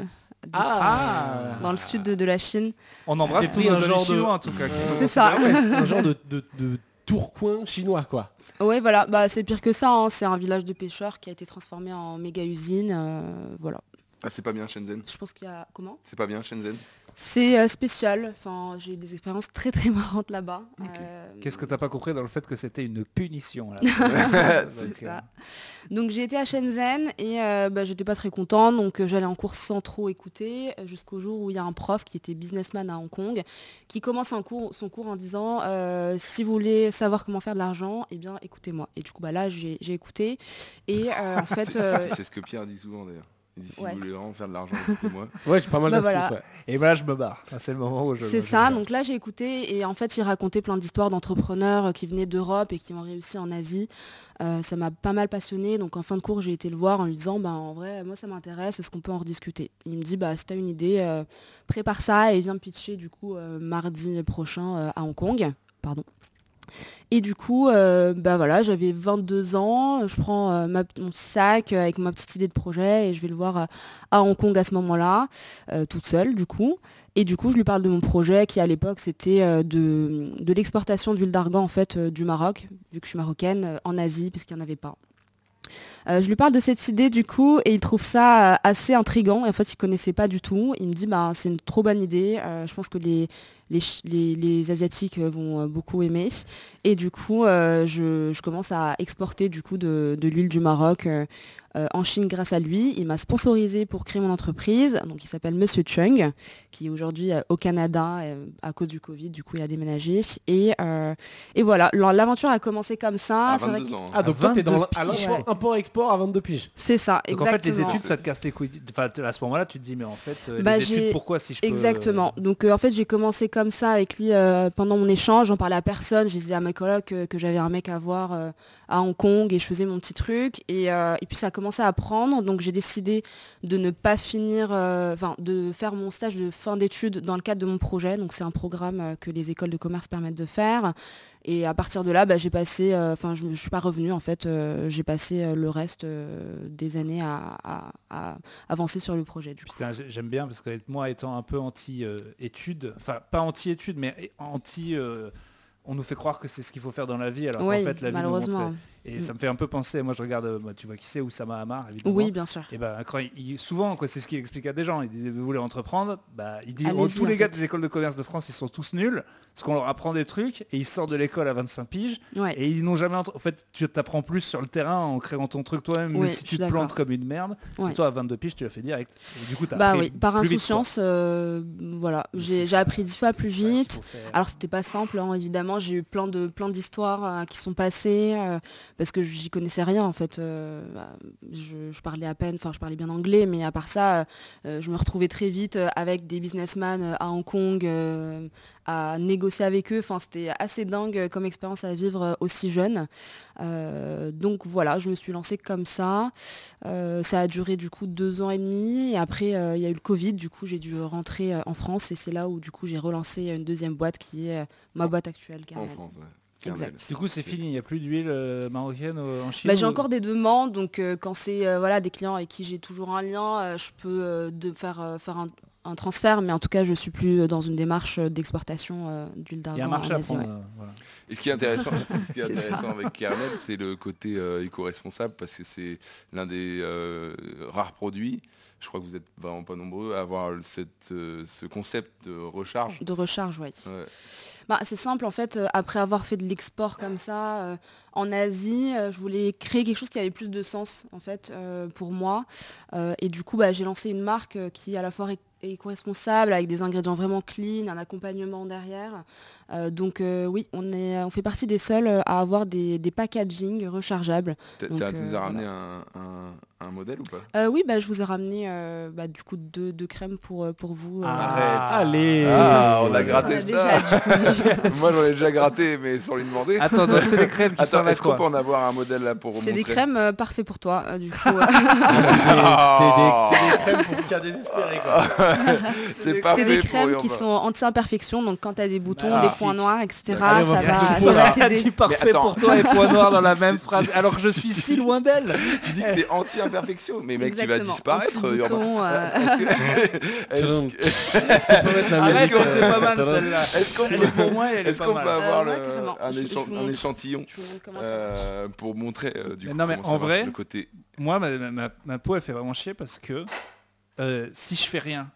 [SPEAKER 4] du
[SPEAKER 5] Ah,
[SPEAKER 4] coup, dans le sud de, de la Chine.
[SPEAKER 3] On embrasse
[SPEAKER 5] C'était
[SPEAKER 3] tous
[SPEAKER 5] pris
[SPEAKER 3] nos
[SPEAKER 5] un
[SPEAKER 3] amis
[SPEAKER 5] genre de-
[SPEAKER 3] chinois en tout cas. qui
[SPEAKER 5] Euh,
[SPEAKER 3] sont-
[SPEAKER 4] C'est ça.
[SPEAKER 5] Ah ouais,
[SPEAKER 4] (laughs)
[SPEAKER 5] un genre de, de, de tourcoing chinois quoi.
[SPEAKER 4] Ouais, voilà, bah, c'est pire que ça. hein. C'est un village de pêcheurs qui a été transformé en méga usine. euh, voilà.
[SPEAKER 2] Ah c'est pas bien Shenzhen.
[SPEAKER 4] Je pense qu'il y a. Comment
[SPEAKER 2] C'est pas bien Shenzhen.
[SPEAKER 4] C'est euh, spécial. Enfin, j'ai eu des expériences très très (laughs) marrantes là-bas. Euh,
[SPEAKER 3] Qu'est-ce que t'as pas compris dans le fait que c'était une punition
[SPEAKER 4] (laughs)
[SPEAKER 3] là euh,
[SPEAKER 4] c'est
[SPEAKER 3] Donc,
[SPEAKER 4] ça.
[SPEAKER 3] euh
[SPEAKER 4] Donc j'ai été à Shenzhen et euh, bah, j'étais pas très contente, donc euh, j'allais en cours sans trop écouter, euh, jusqu'au jour où il y a un prof qui était businessman à Hong Kong, qui commence un cours- son cours en disant euh, si vous voulez savoir comment faire de l'argent, eh bien écoutez-moi. Et du coup bah là j'ai j'ai écouté et
[SPEAKER 3] (laughs)
[SPEAKER 4] euh, en fait
[SPEAKER 2] C'est-
[SPEAKER 4] euh,
[SPEAKER 2] C'est c'est ce que Pierre dit souvent d'ailleurs. Il dit si
[SPEAKER 4] Ouais.
[SPEAKER 2] vous voulez vraiment faire de l'argent, écoutez-moi.
[SPEAKER 5] Ouais, j'ai pas mal
[SPEAKER 4] Bah
[SPEAKER 5] d'astuces.
[SPEAKER 4] voilà.
[SPEAKER 5] ouais.
[SPEAKER 3] euh, Et ben là je me barre. Ah, C'est le moment où je.
[SPEAKER 4] C'est
[SPEAKER 3] je-
[SPEAKER 4] ça,
[SPEAKER 3] je-
[SPEAKER 4] donc là j'ai écouté et en fait il racontait plein d'histoires d'entrepreneurs euh, qui venaient d'Europe et qui ont réussi en Asie. Euh, ça m'a pas mal passionné, donc en fin de cours j'ai été le voir en lui disant bah, en vrai moi ça m'intéresse, est-ce qu'on peut en rediscuter Il me dit bah si t'as une idée, euh, prépare ça et viens me pitcher du coup euh, mardi prochain euh, à Hong Kong. Pardon. Et du coup, euh, bah voilà, j'avais 22 ans, je prends euh, ma- mon petit sac euh, avec ma petite idée de projet et je vais le voir euh, à Hong Kong à ce moment-là, euh, toute seule du coup. Et du coup, je lui parle de mon projet qui à l'époque c'était euh, de, de l'exportation d'huile d'argan en fait euh, du Maroc, vu que je suis marocaine, euh, en Asie puisqu'il n'y en avait pas. Euh, je lui parle de cette idée du coup et il trouve ça euh, assez intrigant. Et en fait, il connaissait pas du tout. Il me dit bah c'est une trop bonne idée. Euh, je pense que les les, Ch- les- les asiatiques euh, vont euh, beaucoup aimer. Et du coup, euh, je, je commence à exporter du coup de, de l'huile du Maroc euh, euh, en Chine grâce à lui. Il m'a sponsorisé pour créer mon entreprise. Donc, il s'appelle Monsieur Chung, qui est aujourd'hui euh, au Canada euh, à cause du Covid. Du coup, il a déménagé. Et, euh, et voilà, L'an- l'aventure a commencé comme ça.
[SPEAKER 2] à
[SPEAKER 4] C'est vrai que-
[SPEAKER 2] 22 ans. hein,
[SPEAKER 5] Ah, donc
[SPEAKER 3] À
[SPEAKER 5] toi, t'es dans
[SPEAKER 3] 22
[SPEAKER 5] à
[SPEAKER 4] piges,
[SPEAKER 5] l'import-
[SPEAKER 4] ouais.
[SPEAKER 5] import-export à 22 piges.
[SPEAKER 4] C'est ça,
[SPEAKER 3] Donc
[SPEAKER 4] exactement.
[SPEAKER 3] en fait, les études, ça te casse les couilles. Enfin, t- à ce moment-là, tu te dis, mais en fait, euh,
[SPEAKER 4] Bah,
[SPEAKER 3] les études,
[SPEAKER 4] j'ai-
[SPEAKER 3] pourquoi si je peux...
[SPEAKER 4] Exactement. Donc euh, en fait j'ai commencé comme ça avec lui euh, pendant mon échange, j'en parlais à personne, je disais à mes colocs euh, que j'avais un mec à voir euh, à Hong Kong et je faisais mon petit truc et, euh, et puis ça a commencé à prendre donc j'ai décidé de ne pas finir, euh, enfin de faire mon stage de fin d'études dans le cadre de mon projet, donc c'est un programme euh, que les écoles de commerce permettent de faire et à partir de là bah, j'ai passé, euh, enfin je ne suis pas revenue en fait, euh, j'ai passé euh, le reste euh, des années à, à- à avancer sur le projet du coup.
[SPEAKER 3] Putain, j'ai- j'aime bien parce que moi étant un peu anti-études, enfin pas anti-études, mais anti... euh, on nous fait croire que c'est ce qu'il faut faire dans la vie, alors
[SPEAKER 4] Oui,
[SPEAKER 3] qu'en fait, la vie nous
[SPEAKER 4] malheureusement.
[SPEAKER 3] montre- Et
[SPEAKER 4] Mm.
[SPEAKER 3] ça me fait un peu penser, moi je regarde, euh, bah, tu vois qui c'est, Oussama Hamar, évidemment.
[SPEAKER 4] Oui, bien sûr.
[SPEAKER 3] Et ben quand il- il- souvent, quoi, c'est ce qu'il explique à des gens. Il disait, vous voulez entreprendre Bah, il dit,
[SPEAKER 4] Allez-y,
[SPEAKER 3] oh, tous
[SPEAKER 4] en
[SPEAKER 3] les gars
[SPEAKER 4] fait.
[SPEAKER 3] des écoles de commerce de France, ils sont tous nuls, parce qu'on leur apprend des trucs, et ils sortent de l'école à 25 piges,
[SPEAKER 4] Ouais.
[SPEAKER 3] et ils n'ont jamais... entre- En fait, tu t'apprends plus sur le terrain en créant ton truc toi-même,
[SPEAKER 4] Ouais,
[SPEAKER 3] mais si
[SPEAKER 4] je
[SPEAKER 3] tu
[SPEAKER 4] suis
[SPEAKER 3] te
[SPEAKER 4] d'accord.
[SPEAKER 3] plantes comme une merde,
[SPEAKER 4] Ouais.
[SPEAKER 3] toi, à 22 piges, tu l'as fait direct. Et du coup, t'as
[SPEAKER 4] Bah
[SPEAKER 3] appris
[SPEAKER 4] oui, par
[SPEAKER 3] plus vite, quoi.
[SPEAKER 4] insouciance, euh, voilà,
[SPEAKER 3] Mais
[SPEAKER 4] j'ai
[SPEAKER 3] c'est
[SPEAKER 4] j'ai
[SPEAKER 3] ça,
[SPEAKER 4] appris dix fois plus
[SPEAKER 3] C'est ça qu'il
[SPEAKER 4] vite.
[SPEAKER 3] faut faire.
[SPEAKER 4] Alors c'était pas simple, hein, évidemment, j'ai eu plein de plein d'histoires euh, qui sont passées euh, parce que j'y connaissais rien en fait. euh, bah, je, je parlais à peine, enfin je parlais bien anglais, mais à part ça, euh, euh, je me retrouvais très vite euh, avec des businessmen euh, à Hong Kong euh, à négocier avec eux. Enfin c'était assez dingue euh, comme expérience à vivre euh, aussi jeune. Euh, donc voilà, je me suis lancée comme ça. Euh, ça a duré du coup deux ans et demi. Et après, euh, il y a eu le Covid. Du coup, j'ai dû rentrer euh, en France. Et c'est là où du coup, j'ai relancé euh, une deuxième boîte qui est euh, ma boîte actuelle.
[SPEAKER 2] En
[SPEAKER 4] Carmel.
[SPEAKER 2] France, ouais. Carmel.
[SPEAKER 4] Exact.
[SPEAKER 3] Du coup, c'est fini, il n'y a plus d'huile euh, marocaine euh, en Chine
[SPEAKER 4] Bah, j'ai
[SPEAKER 3] ou-
[SPEAKER 4] encore des demandes, donc euh, quand c'est euh, voilà, des clients avec qui j'ai toujours un lien, euh, je peux euh, de faire, euh, faire un, un transfert, mais en tout cas, je suis plus euh, dans une démarche euh, d'exportation euh, d'huile
[SPEAKER 3] Il y a un
[SPEAKER 4] d'argan
[SPEAKER 3] marché
[SPEAKER 4] en
[SPEAKER 3] à
[SPEAKER 4] Asie.
[SPEAKER 3] prendre.
[SPEAKER 4] ouais.
[SPEAKER 3] euh, voilà.
[SPEAKER 2] Et ce qui est
[SPEAKER 4] (laughs)
[SPEAKER 2] intéressant, ce qui est
[SPEAKER 4] C'est ça.
[SPEAKER 2] intéressant avec Carmel, c'est le côté euh, éco-responsable parce que c'est l'un des euh, rares produits. Je crois que vous êtes vraiment pas nombreux à avoir cette, euh, ce concept de recharge.
[SPEAKER 4] De recharge, oui.
[SPEAKER 2] Ouais.
[SPEAKER 4] Bah, c'est simple en fait, euh, après avoir fait de l'export comme ça euh, en Asie, euh, je voulais créer quelque chose qui avait plus de sens en fait euh, pour moi. Euh, et du coup, bah, j'ai lancé une marque euh, qui à la fois est éco-responsable avec des ingrédients vraiment clean, un accompagnement derrière. Euh, donc euh, oui, on, est, on fait partie des seuls euh, à avoir des, des packaging rechargeables.
[SPEAKER 2] T'as-
[SPEAKER 4] Donc,
[SPEAKER 2] t'as- Tu nous
[SPEAKER 4] euh,
[SPEAKER 2] as ramené un, un- un modèle ou pas
[SPEAKER 4] Euh, oui, bah, je vous ai ramené euh, bah, du coup deux, deux crèmes pour, euh, pour vous. euh.
[SPEAKER 3] Ah,
[SPEAKER 5] Allez
[SPEAKER 2] Ah, on a
[SPEAKER 4] On a
[SPEAKER 2] gratté
[SPEAKER 4] déjà,
[SPEAKER 2] ça
[SPEAKER 4] du coup.
[SPEAKER 2] (laughs) Moi j'en ai déjà gratté mais sans lui demander.
[SPEAKER 3] Attends, donc c'est les crèmes qui sont
[SPEAKER 2] Attends,
[SPEAKER 3] là,
[SPEAKER 2] est-ce qu'on
[SPEAKER 3] quoi.
[SPEAKER 2] peut en avoir un modèle là pour
[SPEAKER 4] C'est des
[SPEAKER 2] montrer
[SPEAKER 4] crèmes euh, parfaites pour toi, euh, du coup.
[SPEAKER 5] Ah,
[SPEAKER 2] (laughs) Ah.
[SPEAKER 5] C'est des, c'est des crèmes pour cas désespéré, quoi.
[SPEAKER 2] C'est pas
[SPEAKER 4] C'est
[SPEAKER 2] fait pour bah.
[SPEAKER 4] des
[SPEAKER 2] Ah,
[SPEAKER 4] crèmes
[SPEAKER 2] Urbain.
[SPEAKER 4] qui sont anti-imperfection, donc quand tu as des boutons, des
[SPEAKER 3] Magnifique.
[SPEAKER 4] points noirs, etc., ça
[SPEAKER 5] Allez, on va
[SPEAKER 4] va,
[SPEAKER 5] faire
[SPEAKER 4] Ah, ça
[SPEAKER 5] ce
[SPEAKER 4] va
[SPEAKER 3] Elle
[SPEAKER 4] t'aider.
[SPEAKER 3] dit parfait
[SPEAKER 2] attends.
[SPEAKER 3] pour toi et (laughs) point noir dans la même phrase, alors que je suis si loin d'elle.
[SPEAKER 2] Tu dis que c'est anti-imperfection, mais mec, tu vas
[SPEAKER 4] Exactement.
[SPEAKER 2] disparaître,
[SPEAKER 4] Un petit
[SPEAKER 2] Urbain.
[SPEAKER 4] bouton, (laughs) euh,
[SPEAKER 2] Ah, Est-ce
[SPEAKER 5] Tchoum.
[SPEAKER 2] que- est-ce
[SPEAKER 5] On peut mettre la
[SPEAKER 3] Arrête,
[SPEAKER 5] musique,
[SPEAKER 3] elle était
[SPEAKER 5] euh,
[SPEAKER 3] pas mal
[SPEAKER 5] tadam.
[SPEAKER 3] celle-là.
[SPEAKER 2] Est-ce qu'on
[SPEAKER 3] Elle
[SPEAKER 2] peut-
[SPEAKER 3] est pour moi et elle est,
[SPEAKER 2] est-ce
[SPEAKER 3] pas
[SPEAKER 2] qu'on
[SPEAKER 3] mal.
[SPEAKER 2] peut avoir
[SPEAKER 4] Euh, ouais,
[SPEAKER 2] le-
[SPEAKER 4] carrément.
[SPEAKER 2] un,
[SPEAKER 4] Je- je
[SPEAKER 2] échan-
[SPEAKER 4] vous
[SPEAKER 2] un
[SPEAKER 4] montre.
[SPEAKER 2] échantillon
[SPEAKER 4] je vous montre comment ça marche.
[SPEAKER 2] euh, pour montrer euh, du
[SPEAKER 3] Mais
[SPEAKER 2] coup,
[SPEAKER 3] non, mais
[SPEAKER 2] comment ça
[SPEAKER 3] en
[SPEAKER 2] marche,
[SPEAKER 3] vrai-
[SPEAKER 2] le côté
[SPEAKER 3] Moi, ma, ma- ma- ma peau, elle fait vraiment chier parce que euh, si je fais rien,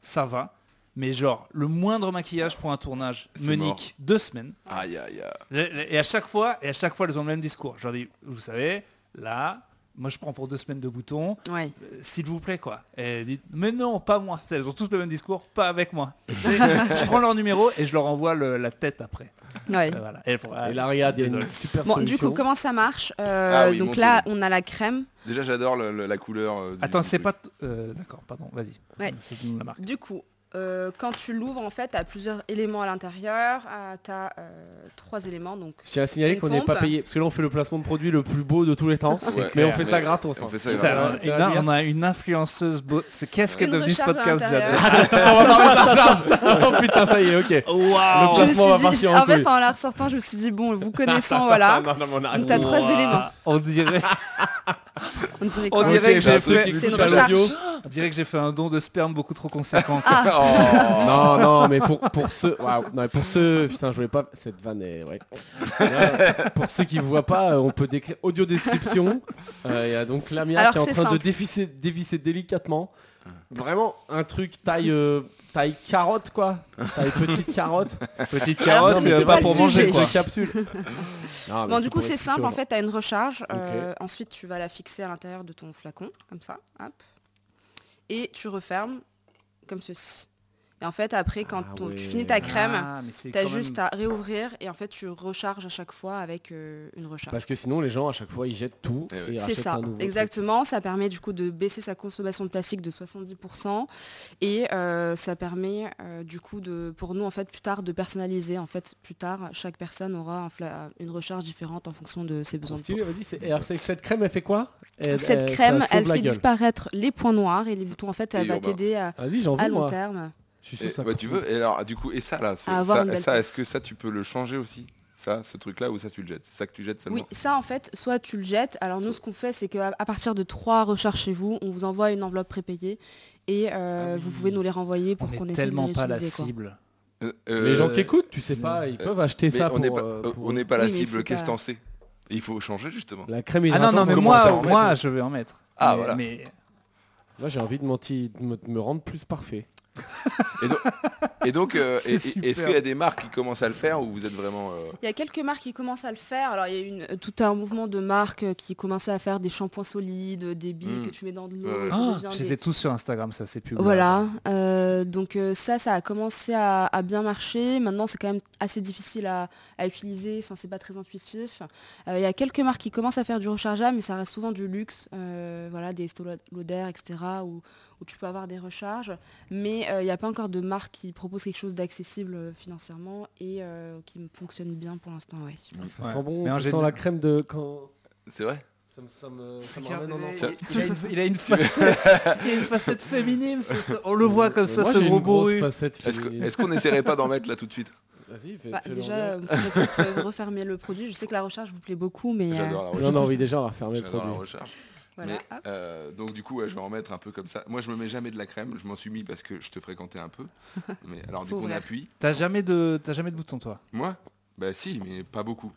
[SPEAKER 3] ça va. Mais genre, le moindre maquillage pour un tournage
[SPEAKER 2] C'est
[SPEAKER 3] me
[SPEAKER 2] mort.
[SPEAKER 3] nique deux semaines.
[SPEAKER 2] aïe aïe aïe.
[SPEAKER 3] Le- le- Et à chaque fois, et à chaque fois, ils ont le même discours. Je leur dis, vous savez, là, moi je prends pour deux semaines de boutons,
[SPEAKER 4] Ouais.
[SPEAKER 3] euh, s'il vous plaît quoi. Et elles disent, mais non, pas moi. Tu sais, Elles ont tous le même discours, pas avec moi. Et tu sais, je prends leur numéro et je leur envoie le- la tête après.
[SPEAKER 4] ouais.
[SPEAKER 3] Et voilà. Et elles font, ah,
[SPEAKER 5] Et là, regarde, il y a une
[SPEAKER 3] Désolé.
[SPEAKER 5] super
[SPEAKER 4] Bon, du
[SPEAKER 5] solution.
[SPEAKER 4] coup, comment ça marche Euh,
[SPEAKER 2] Ah oui,
[SPEAKER 4] Donc
[SPEAKER 2] montre-le.
[SPEAKER 4] là, on a la crème.
[SPEAKER 2] Déjà j'adore le- le- la couleur. euh, du-
[SPEAKER 3] Attends,
[SPEAKER 2] du
[SPEAKER 3] c'est
[SPEAKER 2] truc.
[SPEAKER 3] pas... t- euh, D'accord, pardon, vas-y.
[SPEAKER 4] Ouais.
[SPEAKER 3] C'est la marque.
[SPEAKER 4] Du coup, Euh, quand tu l'ouvres, en fait, tu as plusieurs éléments à l'intérieur. tu as trois éléments. Donc,
[SPEAKER 5] Je tiens à signaler
[SPEAKER 4] Une
[SPEAKER 5] qu'on n'est pas
[SPEAKER 4] pompe.
[SPEAKER 5] payé. Parce que là, on fait le placement de produit le plus beau de tous les temps.
[SPEAKER 2] Ouais.
[SPEAKER 5] mais on
[SPEAKER 2] Ouais.
[SPEAKER 5] fait ça gratos.
[SPEAKER 2] On
[SPEAKER 5] hein.
[SPEAKER 2] fait ça
[SPEAKER 5] Putain,
[SPEAKER 2] gratos.
[SPEAKER 5] on est
[SPEAKER 3] Et là, on a une influenceuse. beau- C'est qu'est-ce qu'est
[SPEAKER 4] Une
[SPEAKER 3] devenu ce
[SPEAKER 4] recharge
[SPEAKER 3] podcast
[SPEAKER 4] intérieure.
[SPEAKER 3] Jade Ah,
[SPEAKER 5] on va parler de la (laughs) charge. oh putain, ça y est, ok. Le
[SPEAKER 4] Je me
[SPEAKER 5] placement va
[SPEAKER 4] suis dit,
[SPEAKER 5] partir
[SPEAKER 4] en
[SPEAKER 5] en
[SPEAKER 4] fait,
[SPEAKER 5] couille.
[SPEAKER 4] en la ressortant, je me suis dit, bon, vous connaissant, voilà.
[SPEAKER 5] Non, non, mais on arrête.
[SPEAKER 4] Ah, Donc, t'as trois
[SPEAKER 5] Ouah.
[SPEAKER 4] éléments.
[SPEAKER 3] Ah, On dirait,
[SPEAKER 4] (laughs) On dirait
[SPEAKER 3] on
[SPEAKER 4] quoi
[SPEAKER 3] dirait que j'ai
[SPEAKER 5] bah, ceux
[SPEAKER 3] fait,
[SPEAKER 5] qui
[SPEAKER 4] C'est une
[SPEAKER 5] pas
[SPEAKER 4] recharge. Ah,
[SPEAKER 5] l'audio.
[SPEAKER 3] on dirait que j'ai fait un don de sperme beaucoup trop conséquent.
[SPEAKER 2] (laughs) Oh.
[SPEAKER 5] Non, non, mais pour, pour ceux... waouh, non, mais pour ceux... Putain, je voulais pas... Cette vanne est... Ouais. Euh, pour ceux qui ne voient pas, euh, on peut décrire audio description. Euh, Il y a donc Lamia
[SPEAKER 4] Alors,
[SPEAKER 5] qui est en
[SPEAKER 4] c'est
[SPEAKER 5] train de
[SPEAKER 4] simple.
[SPEAKER 5] dévisser, dévisser délicatement. Vraiment un truc taille... euh, taille carotte, quoi. Taille petite carotte.
[SPEAKER 3] Petite
[SPEAKER 4] Alors,
[SPEAKER 3] carotte,
[SPEAKER 4] ce n'était
[SPEAKER 3] euh, pas
[SPEAKER 4] pas
[SPEAKER 3] pour
[SPEAKER 4] le
[SPEAKER 3] manger
[SPEAKER 4] sujet.
[SPEAKER 3] quoi.
[SPEAKER 5] De capsule. Non, mais
[SPEAKER 4] Bon, du coup,
[SPEAKER 5] pour
[SPEAKER 4] c'est
[SPEAKER 5] expliquer
[SPEAKER 4] simple.
[SPEAKER 5] aux
[SPEAKER 4] En
[SPEAKER 5] gens.
[SPEAKER 4] fait, tu as une recharge. euh, ensuite, tu vas la fixer à l'intérieur de ton flacon, comme ça. hop. Et tu refermes comme ceci. Et en fait, après, quand
[SPEAKER 5] Ah
[SPEAKER 4] ton-
[SPEAKER 5] ouais.
[SPEAKER 4] tu finis ta crème,
[SPEAKER 3] mais Ah, c'est
[SPEAKER 4] tu as
[SPEAKER 3] quand
[SPEAKER 4] juste
[SPEAKER 3] même-
[SPEAKER 4] à réouvrir et en fait, tu recharges à chaque fois avec euh, une recharge.
[SPEAKER 5] Parce que sinon, les gens, à chaque fois, ils jettent tout.
[SPEAKER 2] Eh ouais.
[SPEAKER 5] et ils
[SPEAKER 4] C'est
[SPEAKER 5] rachètent
[SPEAKER 4] ça,
[SPEAKER 5] un nouveau truc.
[SPEAKER 4] exactement. Ça permet du coup de baisser sa consommation de plastique de 70% et euh, ça permet euh, du coup de, pour nous en fait plus tard de personnaliser. En fait plus tard, chaque personne aura un fla- une recharge différente en fonction de ses
[SPEAKER 5] Son
[SPEAKER 4] besoins. de peau.
[SPEAKER 5] style, vas-y, c'est- et alors, c'est- cette crème, elle fait quoi Elle-
[SPEAKER 4] Cette
[SPEAKER 5] elle- ça
[SPEAKER 4] crème,
[SPEAKER 5] sauve
[SPEAKER 4] elle
[SPEAKER 5] la
[SPEAKER 4] fait
[SPEAKER 5] gueule.
[SPEAKER 4] disparaître les points noirs et les boutons. En fait,
[SPEAKER 2] Et
[SPEAKER 4] elle va
[SPEAKER 2] Urbain.
[SPEAKER 4] t'aider à,
[SPEAKER 5] Vas-y, j'en
[SPEAKER 4] à
[SPEAKER 5] veux,
[SPEAKER 4] long
[SPEAKER 5] moi.
[SPEAKER 4] terme.
[SPEAKER 5] Je suis sûr
[SPEAKER 2] Et-
[SPEAKER 5] que ça
[SPEAKER 2] bah,
[SPEAKER 5] coûte.
[SPEAKER 2] tu veux et alors du coup et ça là, ce-
[SPEAKER 4] À avoir
[SPEAKER 2] ça,
[SPEAKER 4] une belle
[SPEAKER 2] ça,
[SPEAKER 4] tête.
[SPEAKER 2] est-ce que ça tu peux le changer aussi Ça, ce truc là ou ça tu le jettes C'est ça que tu jettes
[SPEAKER 4] Oui,
[SPEAKER 2] seulement
[SPEAKER 4] ça en fait, soit tu le jettes. Alors nous, ce qu'on fait, c'est qu'à à partir de trois recharges chez vous, on vous envoie une enveloppe prépayée et euh,
[SPEAKER 3] Ah oui.
[SPEAKER 4] vous pouvez nous les renvoyer pour
[SPEAKER 3] On
[SPEAKER 4] qu'on
[SPEAKER 3] est
[SPEAKER 4] essaie de
[SPEAKER 3] tellement
[SPEAKER 4] les
[SPEAKER 3] pas la
[SPEAKER 4] réutiliser, quoi.
[SPEAKER 3] cible.
[SPEAKER 2] Euh, euh,
[SPEAKER 5] Les gens
[SPEAKER 3] Euh,
[SPEAKER 5] qui écoutent, tu sais pas, ils
[SPEAKER 2] euh,
[SPEAKER 5] peuvent acheter
[SPEAKER 2] mais
[SPEAKER 5] ça
[SPEAKER 2] on
[SPEAKER 5] pour,
[SPEAKER 2] n'est pas,
[SPEAKER 5] euh,
[SPEAKER 2] euh,
[SPEAKER 5] pour
[SPEAKER 2] on n'est pas la
[SPEAKER 4] Oui, mais
[SPEAKER 2] cible.
[SPEAKER 4] c'est
[SPEAKER 2] Qu'est-ce que
[SPEAKER 4] pas-
[SPEAKER 2] t'en sais Il faut changer
[SPEAKER 5] (laughs)
[SPEAKER 2] justement.
[SPEAKER 5] la crème
[SPEAKER 3] Ah non,
[SPEAKER 5] hydratante
[SPEAKER 3] non, mais
[SPEAKER 5] commence à
[SPEAKER 3] moi,
[SPEAKER 5] remettre.
[SPEAKER 3] moi, je vais en mettre.
[SPEAKER 2] Ah,
[SPEAKER 3] Mais-
[SPEAKER 2] voilà.
[SPEAKER 3] Mais oh,
[SPEAKER 5] Moi, j'ai envie de, m'anti- de me- de me rendre plus parfait.
[SPEAKER 2] Et donc, euh,
[SPEAKER 3] C'est
[SPEAKER 2] et- et-
[SPEAKER 3] super.
[SPEAKER 2] est-ce qu'il y a des marques qui commencent à le faire ou vous êtes vraiment euh,
[SPEAKER 4] Il y a quelques marques qui commencent à le faire. Alors il y a eu une- euh, tout un mouvement de marques euh, qui commençaient à faire des shampoings solides, euh, des billes
[SPEAKER 2] Mm.
[SPEAKER 4] que tu mets dans de l'eau.
[SPEAKER 2] Ouais.
[SPEAKER 4] et ça
[SPEAKER 3] Ah,
[SPEAKER 4] devient
[SPEAKER 3] je
[SPEAKER 4] des-
[SPEAKER 3] les ai tous sur Instagram, ça c'est plus
[SPEAKER 4] Voilà. euh, donc euh, ça, ça a commencé à, à bien marcher. Maintenant, c'est quand même assez difficile à, à utiliser. Enfin, c'est pas très intuitif. Euh, Il y a quelques marques qui commencent à faire du rechargeable, mais ça reste souvent du luxe. euh, voilà, des Estée Lauder, etc. Où, où tu peux avoir des recharges. Mais euh, il n'y a pas encore de marque qui propose quelque chose d'accessible euh, financièrement et euh, qui me fonctionne bien pour l'instant. ouais.
[SPEAKER 5] Ça
[SPEAKER 3] Ouais.
[SPEAKER 5] sent bon,
[SPEAKER 3] Mais en
[SPEAKER 5] ça sent
[SPEAKER 3] général-
[SPEAKER 5] la crème de... Quand...
[SPEAKER 2] C'est vrai
[SPEAKER 5] Ça me, ça me, ça me ramène en enfance.
[SPEAKER 2] Tiens.
[SPEAKER 3] il,
[SPEAKER 5] (laughs)
[SPEAKER 3] a une, il a une facette, il a une facette féminine. ce- ce- on le voit comme
[SPEAKER 5] Mais
[SPEAKER 3] ça,
[SPEAKER 5] Euh, moi,
[SPEAKER 3] ce
[SPEAKER 5] j'ai une
[SPEAKER 3] gros
[SPEAKER 5] grosse
[SPEAKER 3] bourru.
[SPEAKER 5] facette
[SPEAKER 2] Est-ce que-
[SPEAKER 5] féminine.
[SPEAKER 2] est-ce qu'on n'essaierait pas d'en mettre là tout de suite
[SPEAKER 5] Vas-y, fais,
[SPEAKER 4] Bah,
[SPEAKER 5] fais-le en
[SPEAKER 4] déjà,
[SPEAKER 5] direct.
[SPEAKER 4] euh, vous pourrez peut-être euh, refermer le produit. Je sais que la recharge vous plaît beaucoup, mais euh,
[SPEAKER 2] J'adore la
[SPEAKER 5] Non,
[SPEAKER 2] recharge.
[SPEAKER 5] non, oui, déjà, on va fermer le
[SPEAKER 2] J'adore la
[SPEAKER 5] produit.
[SPEAKER 2] recharge.
[SPEAKER 4] voilà. Ah,
[SPEAKER 2] Mais,
[SPEAKER 4] hop.
[SPEAKER 2] euh, donc du coup, ouais, je vais en mettre un peu comme ça. Moi, je me mets jamais de la crème. Je m'en suis mis parce que je te fréquentais un
[SPEAKER 4] (laughs)
[SPEAKER 2] peu. Mais alors du
[SPEAKER 4] Faut
[SPEAKER 2] coup, on
[SPEAKER 4] ouvrir.
[SPEAKER 2] appuie.
[SPEAKER 3] T'as jamais de, t'as jamais de bouton toi.
[SPEAKER 2] Moi Bah si, mais pas beaucoup.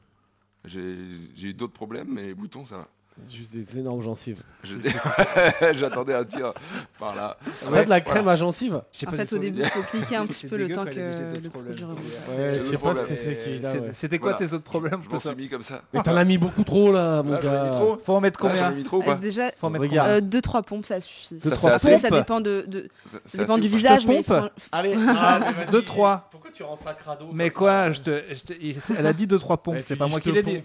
[SPEAKER 2] J'ai j'ai eu d'autres problèmes, mais les boutons, ça va.
[SPEAKER 5] Juste des énormes gencives. (laughs)
[SPEAKER 2] Je- (laughs) J'attendais un tir par là.
[SPEAKER 5] T'as de la crème à gencives
[SPEAKER 3] J'ai
[SPEAKER 4] En
[SPEAKER 3] pas
[SPEAKER 4] fait, au
[SPEAKER 3] du tout-
[SPEAKER 4] début, il faut cliquer un petit
[SPEAKER 3] C'est
[SPEAKER 4] peu le
[SPEAKER 3] dégueu
[SPEAKER 4] temps
[SPEAKER 3] quand il y a déjà
[SPEAKER 4] que
[SPEAKER 3] d'autres
[SPEAKER 4] le
[SPEAKER 3] problèmes.
[SPEAKER 4] produit remonte.
[SPEAKER 5] Ouais,
[SPEAKER 2] le
[SPEAKER 5] je sais pas ce
[SPEAKER 2] problème
[SPEAKER 5] que c'est
[SPEAKER 2] est-
[SPEAKER 5] qui... là,
[SPEAKER 3] C'est-
[SPEAKER 5] ouais.
[SPEAKER 3] C'était quoi
[SPEAKER 2] Voilà.
[SPEAKER 3] tes autres problèmes
[SPEAKER 2] Je
[SPEAKER 3] pour
[SPEAKER 2] m'en
[SPEAKER 3] ça
[SPEAKER 2] suis mis comme ça. Ah,
[SPEAKER 5] Mais t'en as mis beaucoup trop, là, Ah, mon
[SPEAKER 2] Là, j'en ai mis
[SPEAKER 5] gars.
[SPEAKER 2] trop.
[SPEAKER 3] Faut en mettre
[SPEAKER 2] Là, j'en
[SPEAKER 3] combien
[SPEAKER 2] ai mis trop ou
[SPEAKER 4] Euh,
[SPEAKER 2] pas
[SPEAKER 4] Déjà,
[SPEAKER 3] Faut en mettre
[SPEAKER 5] Regarde.
[SPEAKER 3] combien
[SPEAKER 4] euh, deux trois pompes, ça suffit.
[SPEAKER 5] Deux,
[SPEAKER 2] Ça,
[SPEAKER 5] trois
[SPEAKER 2] c'est
[SPEAKER 4] Après,
[SPEAKER 5] pompes.
[SPEAKER 4] ça dépend de, de-
[SPEAKER 2] Ça- ça
[SPEAKER 4] dépend
[SPEAKER 2] assez
[SPEAKER 4] du
[SPEAKER 2] ou pas
[SPEAKER 4] visage, mais
[SPEAKER 3] pompe
[SPEAKER 4] fran-
[SPEAKER 5] Allez,
[SPEAKER 3] Ah, vas-y. Deux, trois.
[SPEAKER 5] Pourquoi tu rends ça crado
[SPEAKER 3] Mais quoi je te, je te- il- Elle a dit deux trois pompes. C'est pas moi qui l'ai dit.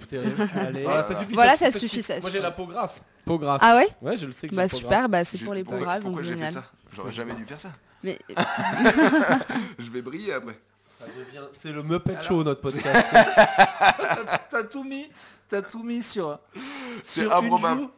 [SPEAKER 3] Allez.
[SPEAKER 2] Voilà.
[SPEAKER 5] suffit.
[SPEAKER 4] Voilà, ça suffit, ça
[SPEAKER 5] Moi,
[SPEAKER 4] suffit.
[SPEAKER 5] j'ai la peau grasse. Peau grasse.
[SPEAKER 4] Ah ouais
[SPEAKER 5] Ouais, je le sais que
[SPEAKER 4] Bah
[SPEAKER 5] j'ai la peau grasse.
[SPEAKER 4] super, bah c'est
[SPEAKER 2] J'ai-
[SPEAKER 4] pour les
[SPEAKER 2] pourquoi-
[SPEAKER 4] programmes, donc
[SPEAKER 2] Pourquoi j'ai fait
[SPEAKER 4] génial.
[SPEAKER 2] ça J'aurais jamais dû faire ça.
[SPEAKER 4] Mais
[SPEAKER 2] Je vais briller après.
[SPEAKER 5] Ça devient- C'est le Muppet Show, notre podcast.
[SPEAKER 3] T'as tout mis, t'as tout mis sur,
[SPEAKER 2] C'est
[SPEAKER 3] sur une
[SPEAKER 2] improbable.
[SPEAKER 3] joue.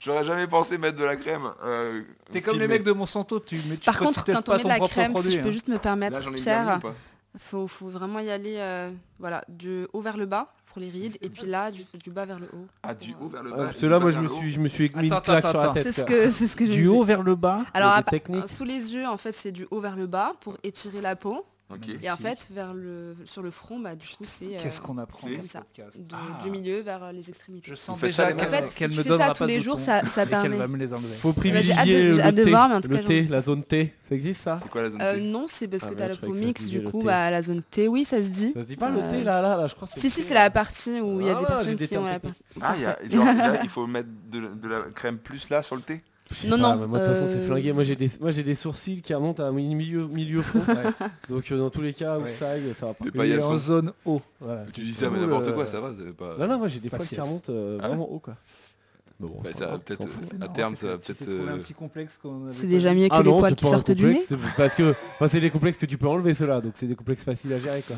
[SPEAKER 2] J'aurais jamais pensé mettre de la crème. euh,
[SPEAKER 3] T'es comme
[SPEAKER 2] filmée.
[SPEAKER 3] les mecs de Monsanto. Tu, mais tu,
[SPEAKER 4] par
[SPEAKER 3] quand
[SPEAKER 4] contre,
[SPEAKER 3] tu testes
[SPEAKER 4] quand
[SPEAKER 3] pas
[SPEAKER 4] on met de
[SPEAKER 3] ton
[SPEAKER 4] la
[SPEAKER 3] propre
[SPEAKER 4] crème,
[SPEAKER 3] produit,
[SPEAKER 4] si je peux
[SPEAKER 3] hein.
[SPEAKER 4] juste me
[SPEAKER 2] Là,
[SPEAKER 4] permettre,
[SPEAKER 2] j'en ai mis un ou
[SPEAKER 4] Pierre,
[SPEAKER 2] pas
[SPEAKER 4] faut, faut vraiment y aller euh, voilà, du haut vers le bas pour les rides, et puis là, du, du bas vers le haut.
[SPEAKER 2] Ah, du haut vers le bas.
[SPEAKER 5] Ah,
[SPEAKER 2] et
[SPEAKER 5] Parce
[SPEAKER 2] du
[SPEAKER 5] que là,
[SPEAKER 2] bas
[SPEAKER 5] moi, je
[SPEAKER 2] vers
[SPEAKER 5] me
[SPEAKER 2] le haut.
[SPEAKER 5] suis, je me suis mis une
[SPEAKER 3] Attends,
[SPEAKER 5] claque
[SPEAKER 3] attends,
[SPEAKER 5] sur la
[SPEAKER 3] attends.
[SPEAKER 5] tête.
[SPEAKER 4] C'est ce que, c'est ce que je
[SPEAKER 3] du
[SPEAKER 4] me
[SPEAKER 3] haut
[SPEAKER 4] dis.
[SPEAKER 3] vers le bas.
[SPEAKER 4] Alors,
[SPEAKER 5] des
[SPEAKER 4] à pa-
[SPEAKER 5] techniques.
[SPEAKER 4] Ah, sous les yeux, en fait, c'est du haut vers le bas pour étirer la peau.
[SPEAKER 2] Ok.
[SPEAKER 4] Et en fait, vers le, sur le front, bah, du coup, c'est euh,
[SPEAKER 3] Qu'est-ce qu'on apprend
[SPEAKER 2] c'est
[SPEAKER 3] dans
[SPEAKER 4] comme
[SPEAKER 3] ce
[SPEAKER 4] ça.
[SPEAKER 3] podcast
[SPEAKER 4] de-
[SPEAKER 3] Ah.
[SPEAKER 4] du milieu vers euh, les extrémités.
[SPEAKER 3] Je sens
[SPEAKER 2] Vous faites
[SPEAKER 3] déjà
[SPEAKER 2] ça, les
[SPEAKER 3] qu'elle
[SPEAKER 2] mecs
[SPEAKER 4] En Bah, fait, si
[SPEAKER 3] qu'elle
[SPEAKER 4] tu
[SPEAKER 3] me
[SPEAKER 4] fais ça
[SPEAKER 3] donnera
[SPEAKER 4] tous
[SPEAKER 3] pas
[SPEAKER 4] les
[SPEAKER 3] de
[SPEAKER 4] jours,
[SPEAKER 3] boutons
[SPEAKER 4] ça, ça
[SPEAKER 3] et qu'elle
[SPEAKER 4] permet.
[SPEAKER 3] va me les enlever.
[SPEAKER 5] Faut
[SPEAKER 4] hâte de-
[SPEAKER 5] privilégier
[SPEAKER 4] j'ai hâte de
[SPEAKER 5] le thé.
[SPEAKER 4] voir, mais en tout
[SPEAKER 5] Le
[SPEAKER 4] cas,
[SPEAKER 5] thé, la zone T. Ça existe, ça
[SPEAKER 2] C'est quoi la zone
[SPEAKER 4] Euh,
[SPEAKER 2] T
[SPEAKER 4] non, c'est parce
[SPEAKER 5] Ah,
[SPEAKER 4] que
[SPEAKER 5] merde,
[SPEAKER 4] t'as la
[SPEAKER 5] je
[SPEAKER 4] peau
[SPEAKER 5] croyais que ça
[SPEAKER 4] mixte,
[SPEAKER 5] se
[SPEAKER 4] du
[SPEAKER 5] disait le
[SPEAKER 4] coup,
[SPEAKER 5] thé.
[SPEAKER 4] bah, la zone T, oui, ça se dit.
[SPEAKER 5] Ça se dit pas le
[SPEAKER 4] Euh,
[SPEAKER 5] thé, là, là, là, je crois. que
[SPEAKER 4] Si, si,
[SPEAKER 5] le thé,
[SPEAKER 4] c'est
[SPEAKER 5] là.
[SPEAKER 4] la partie où il y a des
[SPEAKER 5] Ah, j'ai
[SPEAKER 4] personnes
[SPEAKER 5] des
[SPEAKER 4] qui ont la
[SPEAKER 5] termes
[SPEAKER 4] partie.
[SPEAKER 2] Ah, il y
[SPEAKER 4] (laughs)
[SPEAKER 2] a- genre, là, il faut mettre de, de la crème plus là sur le thé
[SPEAKER 5] Je sais
[SPEAKER 4] Non,
[SPEAKER 5] pas,
[SPEAKER 4] non,
[SPEAKER 5] mais moi, de toute façon, c'est
[SPEAKER 4] euh,
[SPEAKER 5] flingué. Moi, j'ai des, moi, j'ai des sourcils qui remontent à mi- milieu, milieu front. Donc, euh, dans tous les cas, où
[SPEAKER 3] Ouais.
[SPEAKER 5] que ça aille, ça va pas.
[SPEAKER 2] Des
[SPEAKER 3] Il est
[SPEAKER 2] paillasses.
[SPEAKER 3] en zone haut. voilà.
[SPEAKER 2] Tu dis ça, mais
[SPEAKER 5] Ouh,
[SPEAKER 2] n'importe
[SPEAKER 5] euh,
[SPEAKER 2] quoi, ça va. c'est Pas...
[SPEAKER 5] Non, non, moi, j'ai des poils qui
[SPEAKER 3] Faciès.
[SPEAKER 5] remontent euh,
[SPEAKER 2] Ah ouais
[SPEAKER 5] vraiment haut, quoi. Mais bon,
[SPEAKER 2] Bah,
[SPEAKER 5] enfin,
[SPEAKER 2] ça va
[SPEAKER 5] on
[SPEAKER 2] peut-être,
[SPEAKER 5] s'en fout.
[SPEAKER 2] euh,
[SPEAKER 3] marrant,
[SPEAKER 2] à terme,
[SPEAKER 3] c'est
[SPEAKER 2] ça
[SPEAKER 3] que
[SPEAKER 2] va
[SPEAKER 3] tu t'es
[SPEAKER 2] peut-être.
[SPEAKER 3] trouvé un
[SPEAKER 2] euh,
[SPEAKER 3] petit complexe qu'on avait
[SPEAKER 4] C'est
[SPEAKER 3] pas
[SPEAKER 4] déjà mieux que
[SPEAKER 5] Ah
[SPEAKER 4] les
[SPEAKER 5] non,
[SPEAKER 4] poils
[SPEAKER 5] c'est
[SPEAKER 4] qui
[SPEAKER 5] pas un
[SPEAKER 4] sortent du nez.
[SPEAKER 5] complexe, c'est- parce que enfin, c'est des complexes que tu peux enlever ceux-là, donc c'est des complexes faciles à gérer quoi.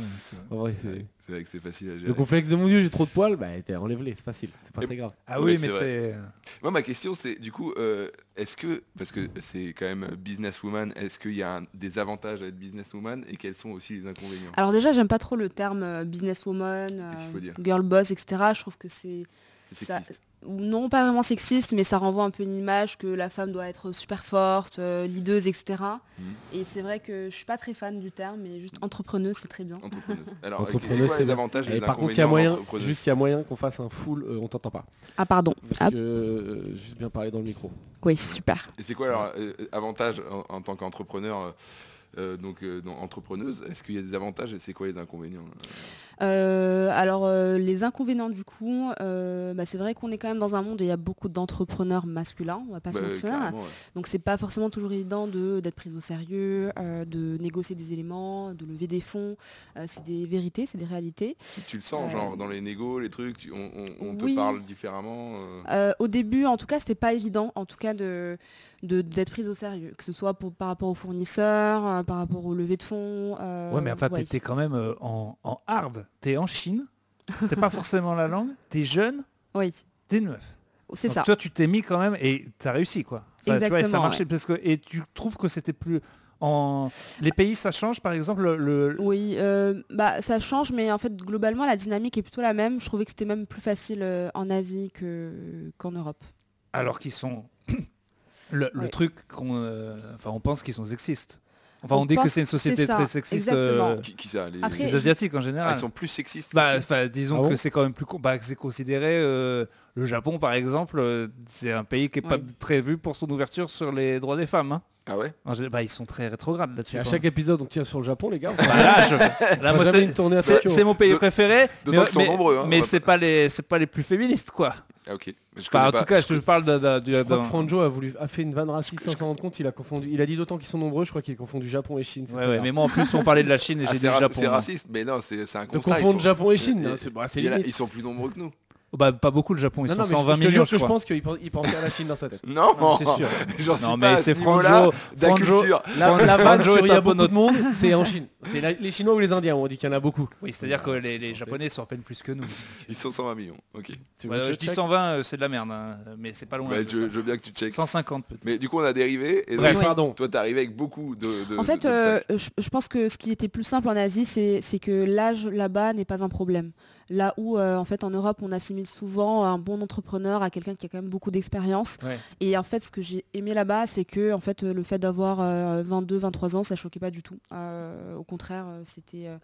[SPEAKER 5] En vrai, c'est-
[SPEAKER 2] C'est vrai que c'est facile à gérer.
[SPEAKER 5] Le complexe de mon dieu, j'ai trop de poils, bah t'es- enlève-les, c'est facile, c'est pas
[SPEAKER 2] Et-
[SPEAKER 5] très grave.
[SPEAKER 3] Ah
[SPEAKER 2] Ouais,
[SPEAKER 3] oui,
[SPEAKER 2] c'est
[SPEAKER 3] mais
[SPEAKER 2] vrai.
[SPEAKER 3] c'est...
[SPEAKER 2] Moi, ma question, c'est du coup, euh, est-ce que, parce que c'est quand même businesswoman, est-ce qu'il y a un- des avantages à être businesswoman et quels sont aussi les inconvénients
[SPEAKER 4] Alors déjà, j'aime pas trop le terme euh, businesswoman,
[SPEAKER 2] Qu'est-ce qu'il faut
[SPEAKER 4] euh,
[SPEAKER 2] dire
[SPEAKER 4] girl boss, etc. Je trouve que c'est
[SPEAKER 2] C'est
[SPEAKER 4] ça-
[SPEAKER 2] sexiste.
[SPEAKER 4] ou non pas vraiment sexiste, mais ça renvoie un peu une image que la femme doit être super forte, euh, leaduse, etc.
[SPEAKER 2] Mhm.
[SPEAKER 4] Et c'est vrai que je suis pas très fan du terme, mais
[SPEAKER 2] Mm.
[SPEAKER 4] juste entrepreneuse, c'est très bien. (laughs)
[SPEAKER 2] Entrepreneuse. Alors,
[SPEAKER 5] Entrepreneuse,
[SPEAKER 2] entrepreneuse,
[SPEAKER 5] c'est
[SPEAKER 2] les
[SPEAKER 5] bien.
[SPEAKER 2] avantages et
[SPEAKER 5] Et
[SPEAKER 2] les
[SPEAKER 5] par contre, il y a
[SPEAKER 2] inconvénients
[SPEAKER 5] moyen,
[SPEAKER 2] d'entrepreneuse
[SPEAKER 5] juste il y a moyen qu'on fasse un full, euh, on t'entend pas.
[SPEAKER 4] Ah pardon.
[SPEAKER 5] Parce
[SPEAKER 4] Ah,
[SPEAKER 5] que, euh, juste bien parler dans le micro.
[SPEAKER 4] oui, super.
[SPEAKER 2] Et c'est quoi alors euh, avantage en, en tant qu'entrepreneur euh, euh, donc, euh, donc, entrepreneuse, est-ce qu'il y a des avantages et c'est quoi les inconvénients
[SPEAKER 4] Euh, alors euh, les inconvénients du coup, euh, bah, c'est vrai qu'on est quand même dans un monde où il y a beaucoup d'entrepreneurs masculins, on va pas
[SPEAKER 2] Bah,
[SPEAKER 4] se
[SPEAKER 2] euh,
[SPEAKER 4] mentir.
[SPEAKER 2] carrément, ouais.
[SPEAKER 4] Donc c'est pas forcément toujours évident de- d'être prise au sérieux, euh, de négocier des éléments, de lever des fonds. Euh, c'est des vérités, c'est des réalités.
[SPEAKER 2] Tu le sens,
[SPEAKER 4] Euh,
[SPEAKER 2] genre dans les négos, les trucs, on, on- on te
[SPEAKER 4] oui.
[SPEAKER 2] parle différemment. euh,
[SPEAKER 4] Euh, au début, en tout cas, c'était pas évident, en tout cas, de de- d'être prise au sérieux, que ce soit pour- par rapport aux fournisseurs, euh, par rapport aux levées de fonds. euh,
[SPEAKER 3] Ouais, mais enfin,
[SPEAKER 4] ouais.
[SPEAKER 3] t'es quand même euh, en, en hard. T'es en Chine, t'as pas (laughs) forcément la langue, t'es jeune,
[SPEAKER 4] Oui,
[SPEAKER 3] t'es une meuf.
[SPEAKER 4] c'est
[SPEAKER 3] Donc
[SPEAKER 4] ça.
[SPEAKER 3] Toi, tu t'es mis quand même et t'as réussi, quoi. tu vois, et ça
[SPEAKER 4] Exactement,
[SPEAKER 3] marchait parce que et tu trouves que c'était plus en les pays, ça change. Par exemple, le, le-
[SPEAKER 4] Oui, euh, bah ça change, mais en fait globalement la dynamique est plutôt la même. Je trouvais que c'était même plus facile euh, en Asie que qu'en Europe.
[SPEAKER 3] alors qu'ils sont (coughs) le, le
[SPEAKER 4] Ouais.
[SPEAKER 3] truc qu'on, euh, enfin, on pense qu'ils sont sexistes. Enfin, on,
[SPEAKER 4] On
[SPEAKER 3] dit que
[SPEAKER 4] pense-
[SPEAKER 3] c'est une société
[SPEAKER 4] c'est ça,
[SPEAKER 3] très sexiste.
[SPEAKER 4] exactement.
[SPEAKER 3] euh,
[SPEAKER 2] qui, qui ça les,
[SPEAKER 4] Après,
[SPEAKER 2] les-
[SPEAKER 3] les asiatiques en
[SPEAKER 2] Ah,
[SPEAKER 3] général.
[SPEAKER 2] ils sont plus sexistes.
[SPEAKER 3] Bah,
[SPEAKER 2] ici
[SPEAKER 3] enfin, disons
[SPEAKER 5] Ah bon
[SPEAKER 3] que c'est quand même plus con. Bah, que c'est considéré. euh, le Japon, par exemple, euh, c'est un pays qui est pas
[SPEAKER 4] Oui.
[SPEAKER 3] très vu pour son ouverture sur les droits des femmes. hein.
[SPEAKER 2] ah ouais
[SPEAKER 3] En gé- bah, ils sont très rétrogrades là-dessus.
[SPEAKER 5] Et à
[SPEAKER 3] quoi.
[SPEAKER 5] chaque épisode, on tire sur le Japon, les gars.
[SPEAKER 3] (laughs) Bah, là, je- là,
[SPEAKER 5] On
[SPEAKER 3] moi,
[SPEAKER 5] fera jamais
[SPEAKER 3] c'est-
[SPEAKER 5] une tournée à
[SPEAKER 3] c'est
[SPEAKER 5] Tokyo.
[SPEAKER 3] c'est mon pays
[SPEAKER 2] D'aut-
[SPEAKER 3] préféré.
[SPEAKER 2] d'autant qu'ils sont nombreux, hein, on
[SPEAKER 3] mais
[SPEAKER 2] va
[SPEAKER 3] c'est pas les, c'est pas les plus féministes, quoi.
[SPEAKER 2] Ah ok. Mais je
[SPEAKER 3] Enfin,
[SPEAKER 5] bah,
[SPEAKER 3] en
[SPEAKER 2] connais
[SPEAKER 3] tout
[SPEAKER 2] pas-
[SPEAKER 3] cas,
[SPEAKER 2] je
[SPEAKER 3] je te parle de, de- du-
[SPEAKER 5] Je crois
[SPEAKER 3] d'un-
[SPEAKER 5] que Franjo a, voulu, a fait une vanne raciste sans s'en rendre compte, il a confondu. Il a dit d'autant qu'ils sont nombreux, je crois qu'il a confondu Japon et Chine.
[SPEAKER 3] Ouais,
[SPEAKER 5] c'était
[SPEAKER 3] ouais,
[SPEAKER 5] là.
[SPEAKER 3] mais moi, en plus, on parlais de la Chine et
[SPEAKER 2] Ah,
[SPEAKER 3] j'ai dit
[SPEAKER 2] c'est ra-
[SPEAKER 3] Japon.
[SPEAKER 2] c'est
[SPEAKER 3] hein.
[SPEAKER 2] raciste, mais non, c'est c'est un
[SPEAKER 5] De
[SPEAKER 2] constat. ils
[SPEAKER 5] confondre
[SPEAKER 2] sont-
[SPEAKER 5] Japon et
[SPEAKER 2] il
[SPEAKER 5] Chine,
[SPEAKER 2] y a-
[SPEAKER 5] hein, c'est bah, c'est
[SPEAKER 2] il y a-
[SPEAKER 5] limite.
[SPEAKER 2] Ils sont plus nombreux que nous.
[SPEAKER 3] Bah, pas beaucoup le Japon, ils
[SPEAKER 5] Non, non,
[SPEAKER 3] sont
[SPEAKER 5] mais
[SPEAKER 3] 120
[SPEAKER 5] je te
[SPEAKER 3] millions.
[SPEAKER 5] jure
[SPEAKER 3] je
[SPEAKER 5] que je
[SPEAKER 3] crois.
[SPEAKER 5] pense qu'il pense, il pense à la Chine dans sa tête.
[SPEAKER 2] Non,
[SPEAKER 3] Non,
[SPEAKER 2] (laughs)
[SPEAKER 3] c'est sûr.
[SPEAKER 2] j'en suis
[SPEAKER 3] Non,
[SPEAKER 2] pas
[SPEAKER 3] mais
[SPEAKER 2] à
[SPEAKER 3] c'est
[SPEAKER 2] ce niveau-là
[SPEAKER 3] Franjo.
[SPEAKER 2] de la
[SPEAKER 3] Franjo-
[SPEAKER 2] culture.
[SPEAKER 5] La,
[SPEAKER 3] Fran-
[SPEAKER 5] la vanne
[SPEAKER 3] Franjo
[SPEAKER 5] sur
[SPEAKER 3] est
[SPEAKER 5] il y a
[SPEAKER 3] un peu
[SPEAKER 5] beaucoup
[SPEAKER 3] notre-
[SPEAKER 5] de monde, c'est en Chine. C'est la- les Chinois ou les Indiens, on dit qu'il y en a beaucoup.
[SPEAKER 3] Oui, c'est-à-dire que les, les Japonais sont à peine plus que nous.
[SPEAKER 2] Ils sont 120 millions. Ok.
[SPEAKER 5] Tu
[SPEAKER 3] Ouais,
[SPEAKER 5] veux que
[SPEAKER 3] je
[SPEAKER 5] je
[SPEAKER 3] dis
[SPEAKER 5] check
[SPEAKER 3] 120, euh, c'est de la merde, hein, mais c'est pas loin.
[SPEAKER 2] Bah,
[SPEAKER 3] de
[SPEAKER 2] je,
[SPEAKER 3] ça.
[SPEAKER 2] je veux bien que tu checkes.
[SPEAKER 3] 150 peut-être.
[SPEAKER 2] Mais du coup, on a dérivé. Et
[SPEAKER 5] Bref,
[SPEAKER 2] donc,
[SPEAKER 5] pardon.
[SPEAKER 2] toi, t'es arrivé avec beaucoup de. de-
[SPEAKER 4] En fait,
[SPEAKER 2] de-
[SPEAKER 4] euh,
[SPEAKER 2] d'obstacles.
[SPEAKER 4] je, je pense que ce qui était plus simple en Asie, c'est c'est que l'âge là-bas n'est pas un problème. Là où, euh, en fait, en Europe, on assimile souvent un bon entrepreneur à quelqu'un qui a quand même beaucoup d'expérience.
[SPEAKER 3] Ouais.
[SPEAKER 4] Et en fait, ce que j'ai aimé là-bas, c'est que, en fait, euh, le fait d'avoir euh, 22, 23 ans, ça choquait pas du tout. Euh, au contraire, euh, c'était euh,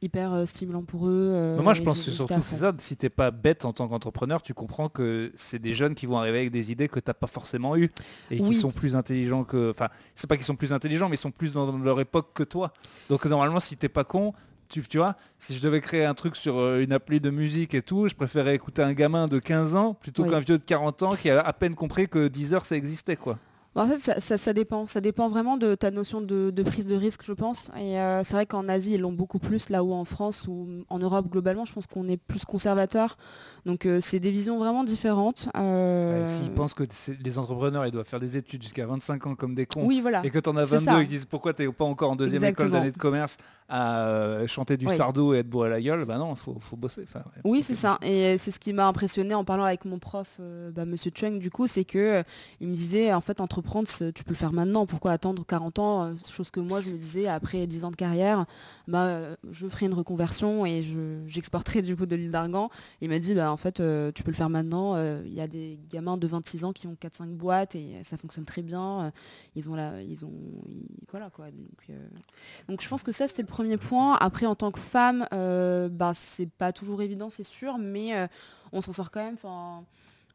[SPEAKER 4] hyper euh, stimulant pour eux. euh,
[SPEAKER 3] Mais moi, je
[SPEAKER 4] ils-
[SPEAKER 3] pense que
[SPEAKER 4] ils étaient
[SPEAKER 3] surtout,
[SPEAKER 4] à fond.
[SPEAKER 3] c'est ça, si t'es pas bête en tant qu'entrepreneur, tu comprends que c'est des jeunes qui vont arriver avec des idées que t'as pas forcément eues et qui
[SPEAKER 4] Oui.
[SPEAKER 3] sont plus intelligents que... Enfin, c'est pas qu'ils sont plus intelligents, mais ils sont plus dans leur époque que toi. Donc normalement, si t'es pas con... Tu, tu vois, si je devais créer un truc sur euh, une appli de musique et tout, je préférais écouter un gamin de 15 ans plutôt
[SPEAKER 4] Oui.
[SPEAKER 3] qu'un vieux de 40 ans qui a à peine compris que 10 heures ça existait quoi.
[SPEAKER 4] Bon, Bah, en fait, ça, ça- ça dépend. Ça dépend vraiment de ta notion de, de prise de risque, je pense. Et euh, c'est vrai qu'en Asie, ils l'ont beaucoup plus, là où en France ou en Europe, globalement, je pense qu'on est plus conservateur. Donc, euh, c'est des visions vraiment différentes.
[SPEAKER 3] Ouais,
[SPEAKER 4] euh,
[SPEAKER 3] Bah, S'ils pensent que c'est- les entrepreneurs ils doivent faire des études jusqu'à 25 ans comme des cons
[SPEAKER 4] Oui, voilà.
[SPEAKER 3] et que t'en as
[SPEAKER 4] C'est
[SPEAKER 3] 22
[SPEAKER 4] ça.
[SPEAKER 3] et qui disent pourquoi t'es pas encore en deuxième école
[SPEAKER 4] Exactement.
[SPEAKER 3] d'année de commerce à euh, chanter du
[SPEAKER 4] Oui.
[SPEAKER 3] sardo et être bourré à la gueule, bah non, faut, faut bosser. Enfin, ouais,
[SPEAKER 4] Oui,
[SPEAKER 3] faut
[SPEAKER 4] c'est
[SPEAKER 3] que-
[SPEAKER 4] ça. Et euh, c'est ce qui m'a impressionné en parlant avec mon prof, euh, bah, Monsieur Chung, du coup, c'est que euh, il me disait, en fait, entreprendre, c'est- tu peux le faire maintenant. Pourquoi attendre 40 ans euh, Chose que moi, je me disais, après 10 ans de carrière, bah, euh, je ferai une reconversion et je- j'exporterai du coup de l'huile d'argan. Il m'a dit, bah, en fait, euh, tu peux le faire maintenant. Euh, Il y a des gamins de 26 ans qui ont 4-5 boîtes et ça fonctionne très bien. Euh, Ils ont la, ils ont, ils- voilà quoi. Donc, euh, donc je pense que ça c'était le premier point. Après en tant que femme, euh, bah, c'est pas toujours évident c'est sûr, mais euh, on s'en sort quand même. Enfin,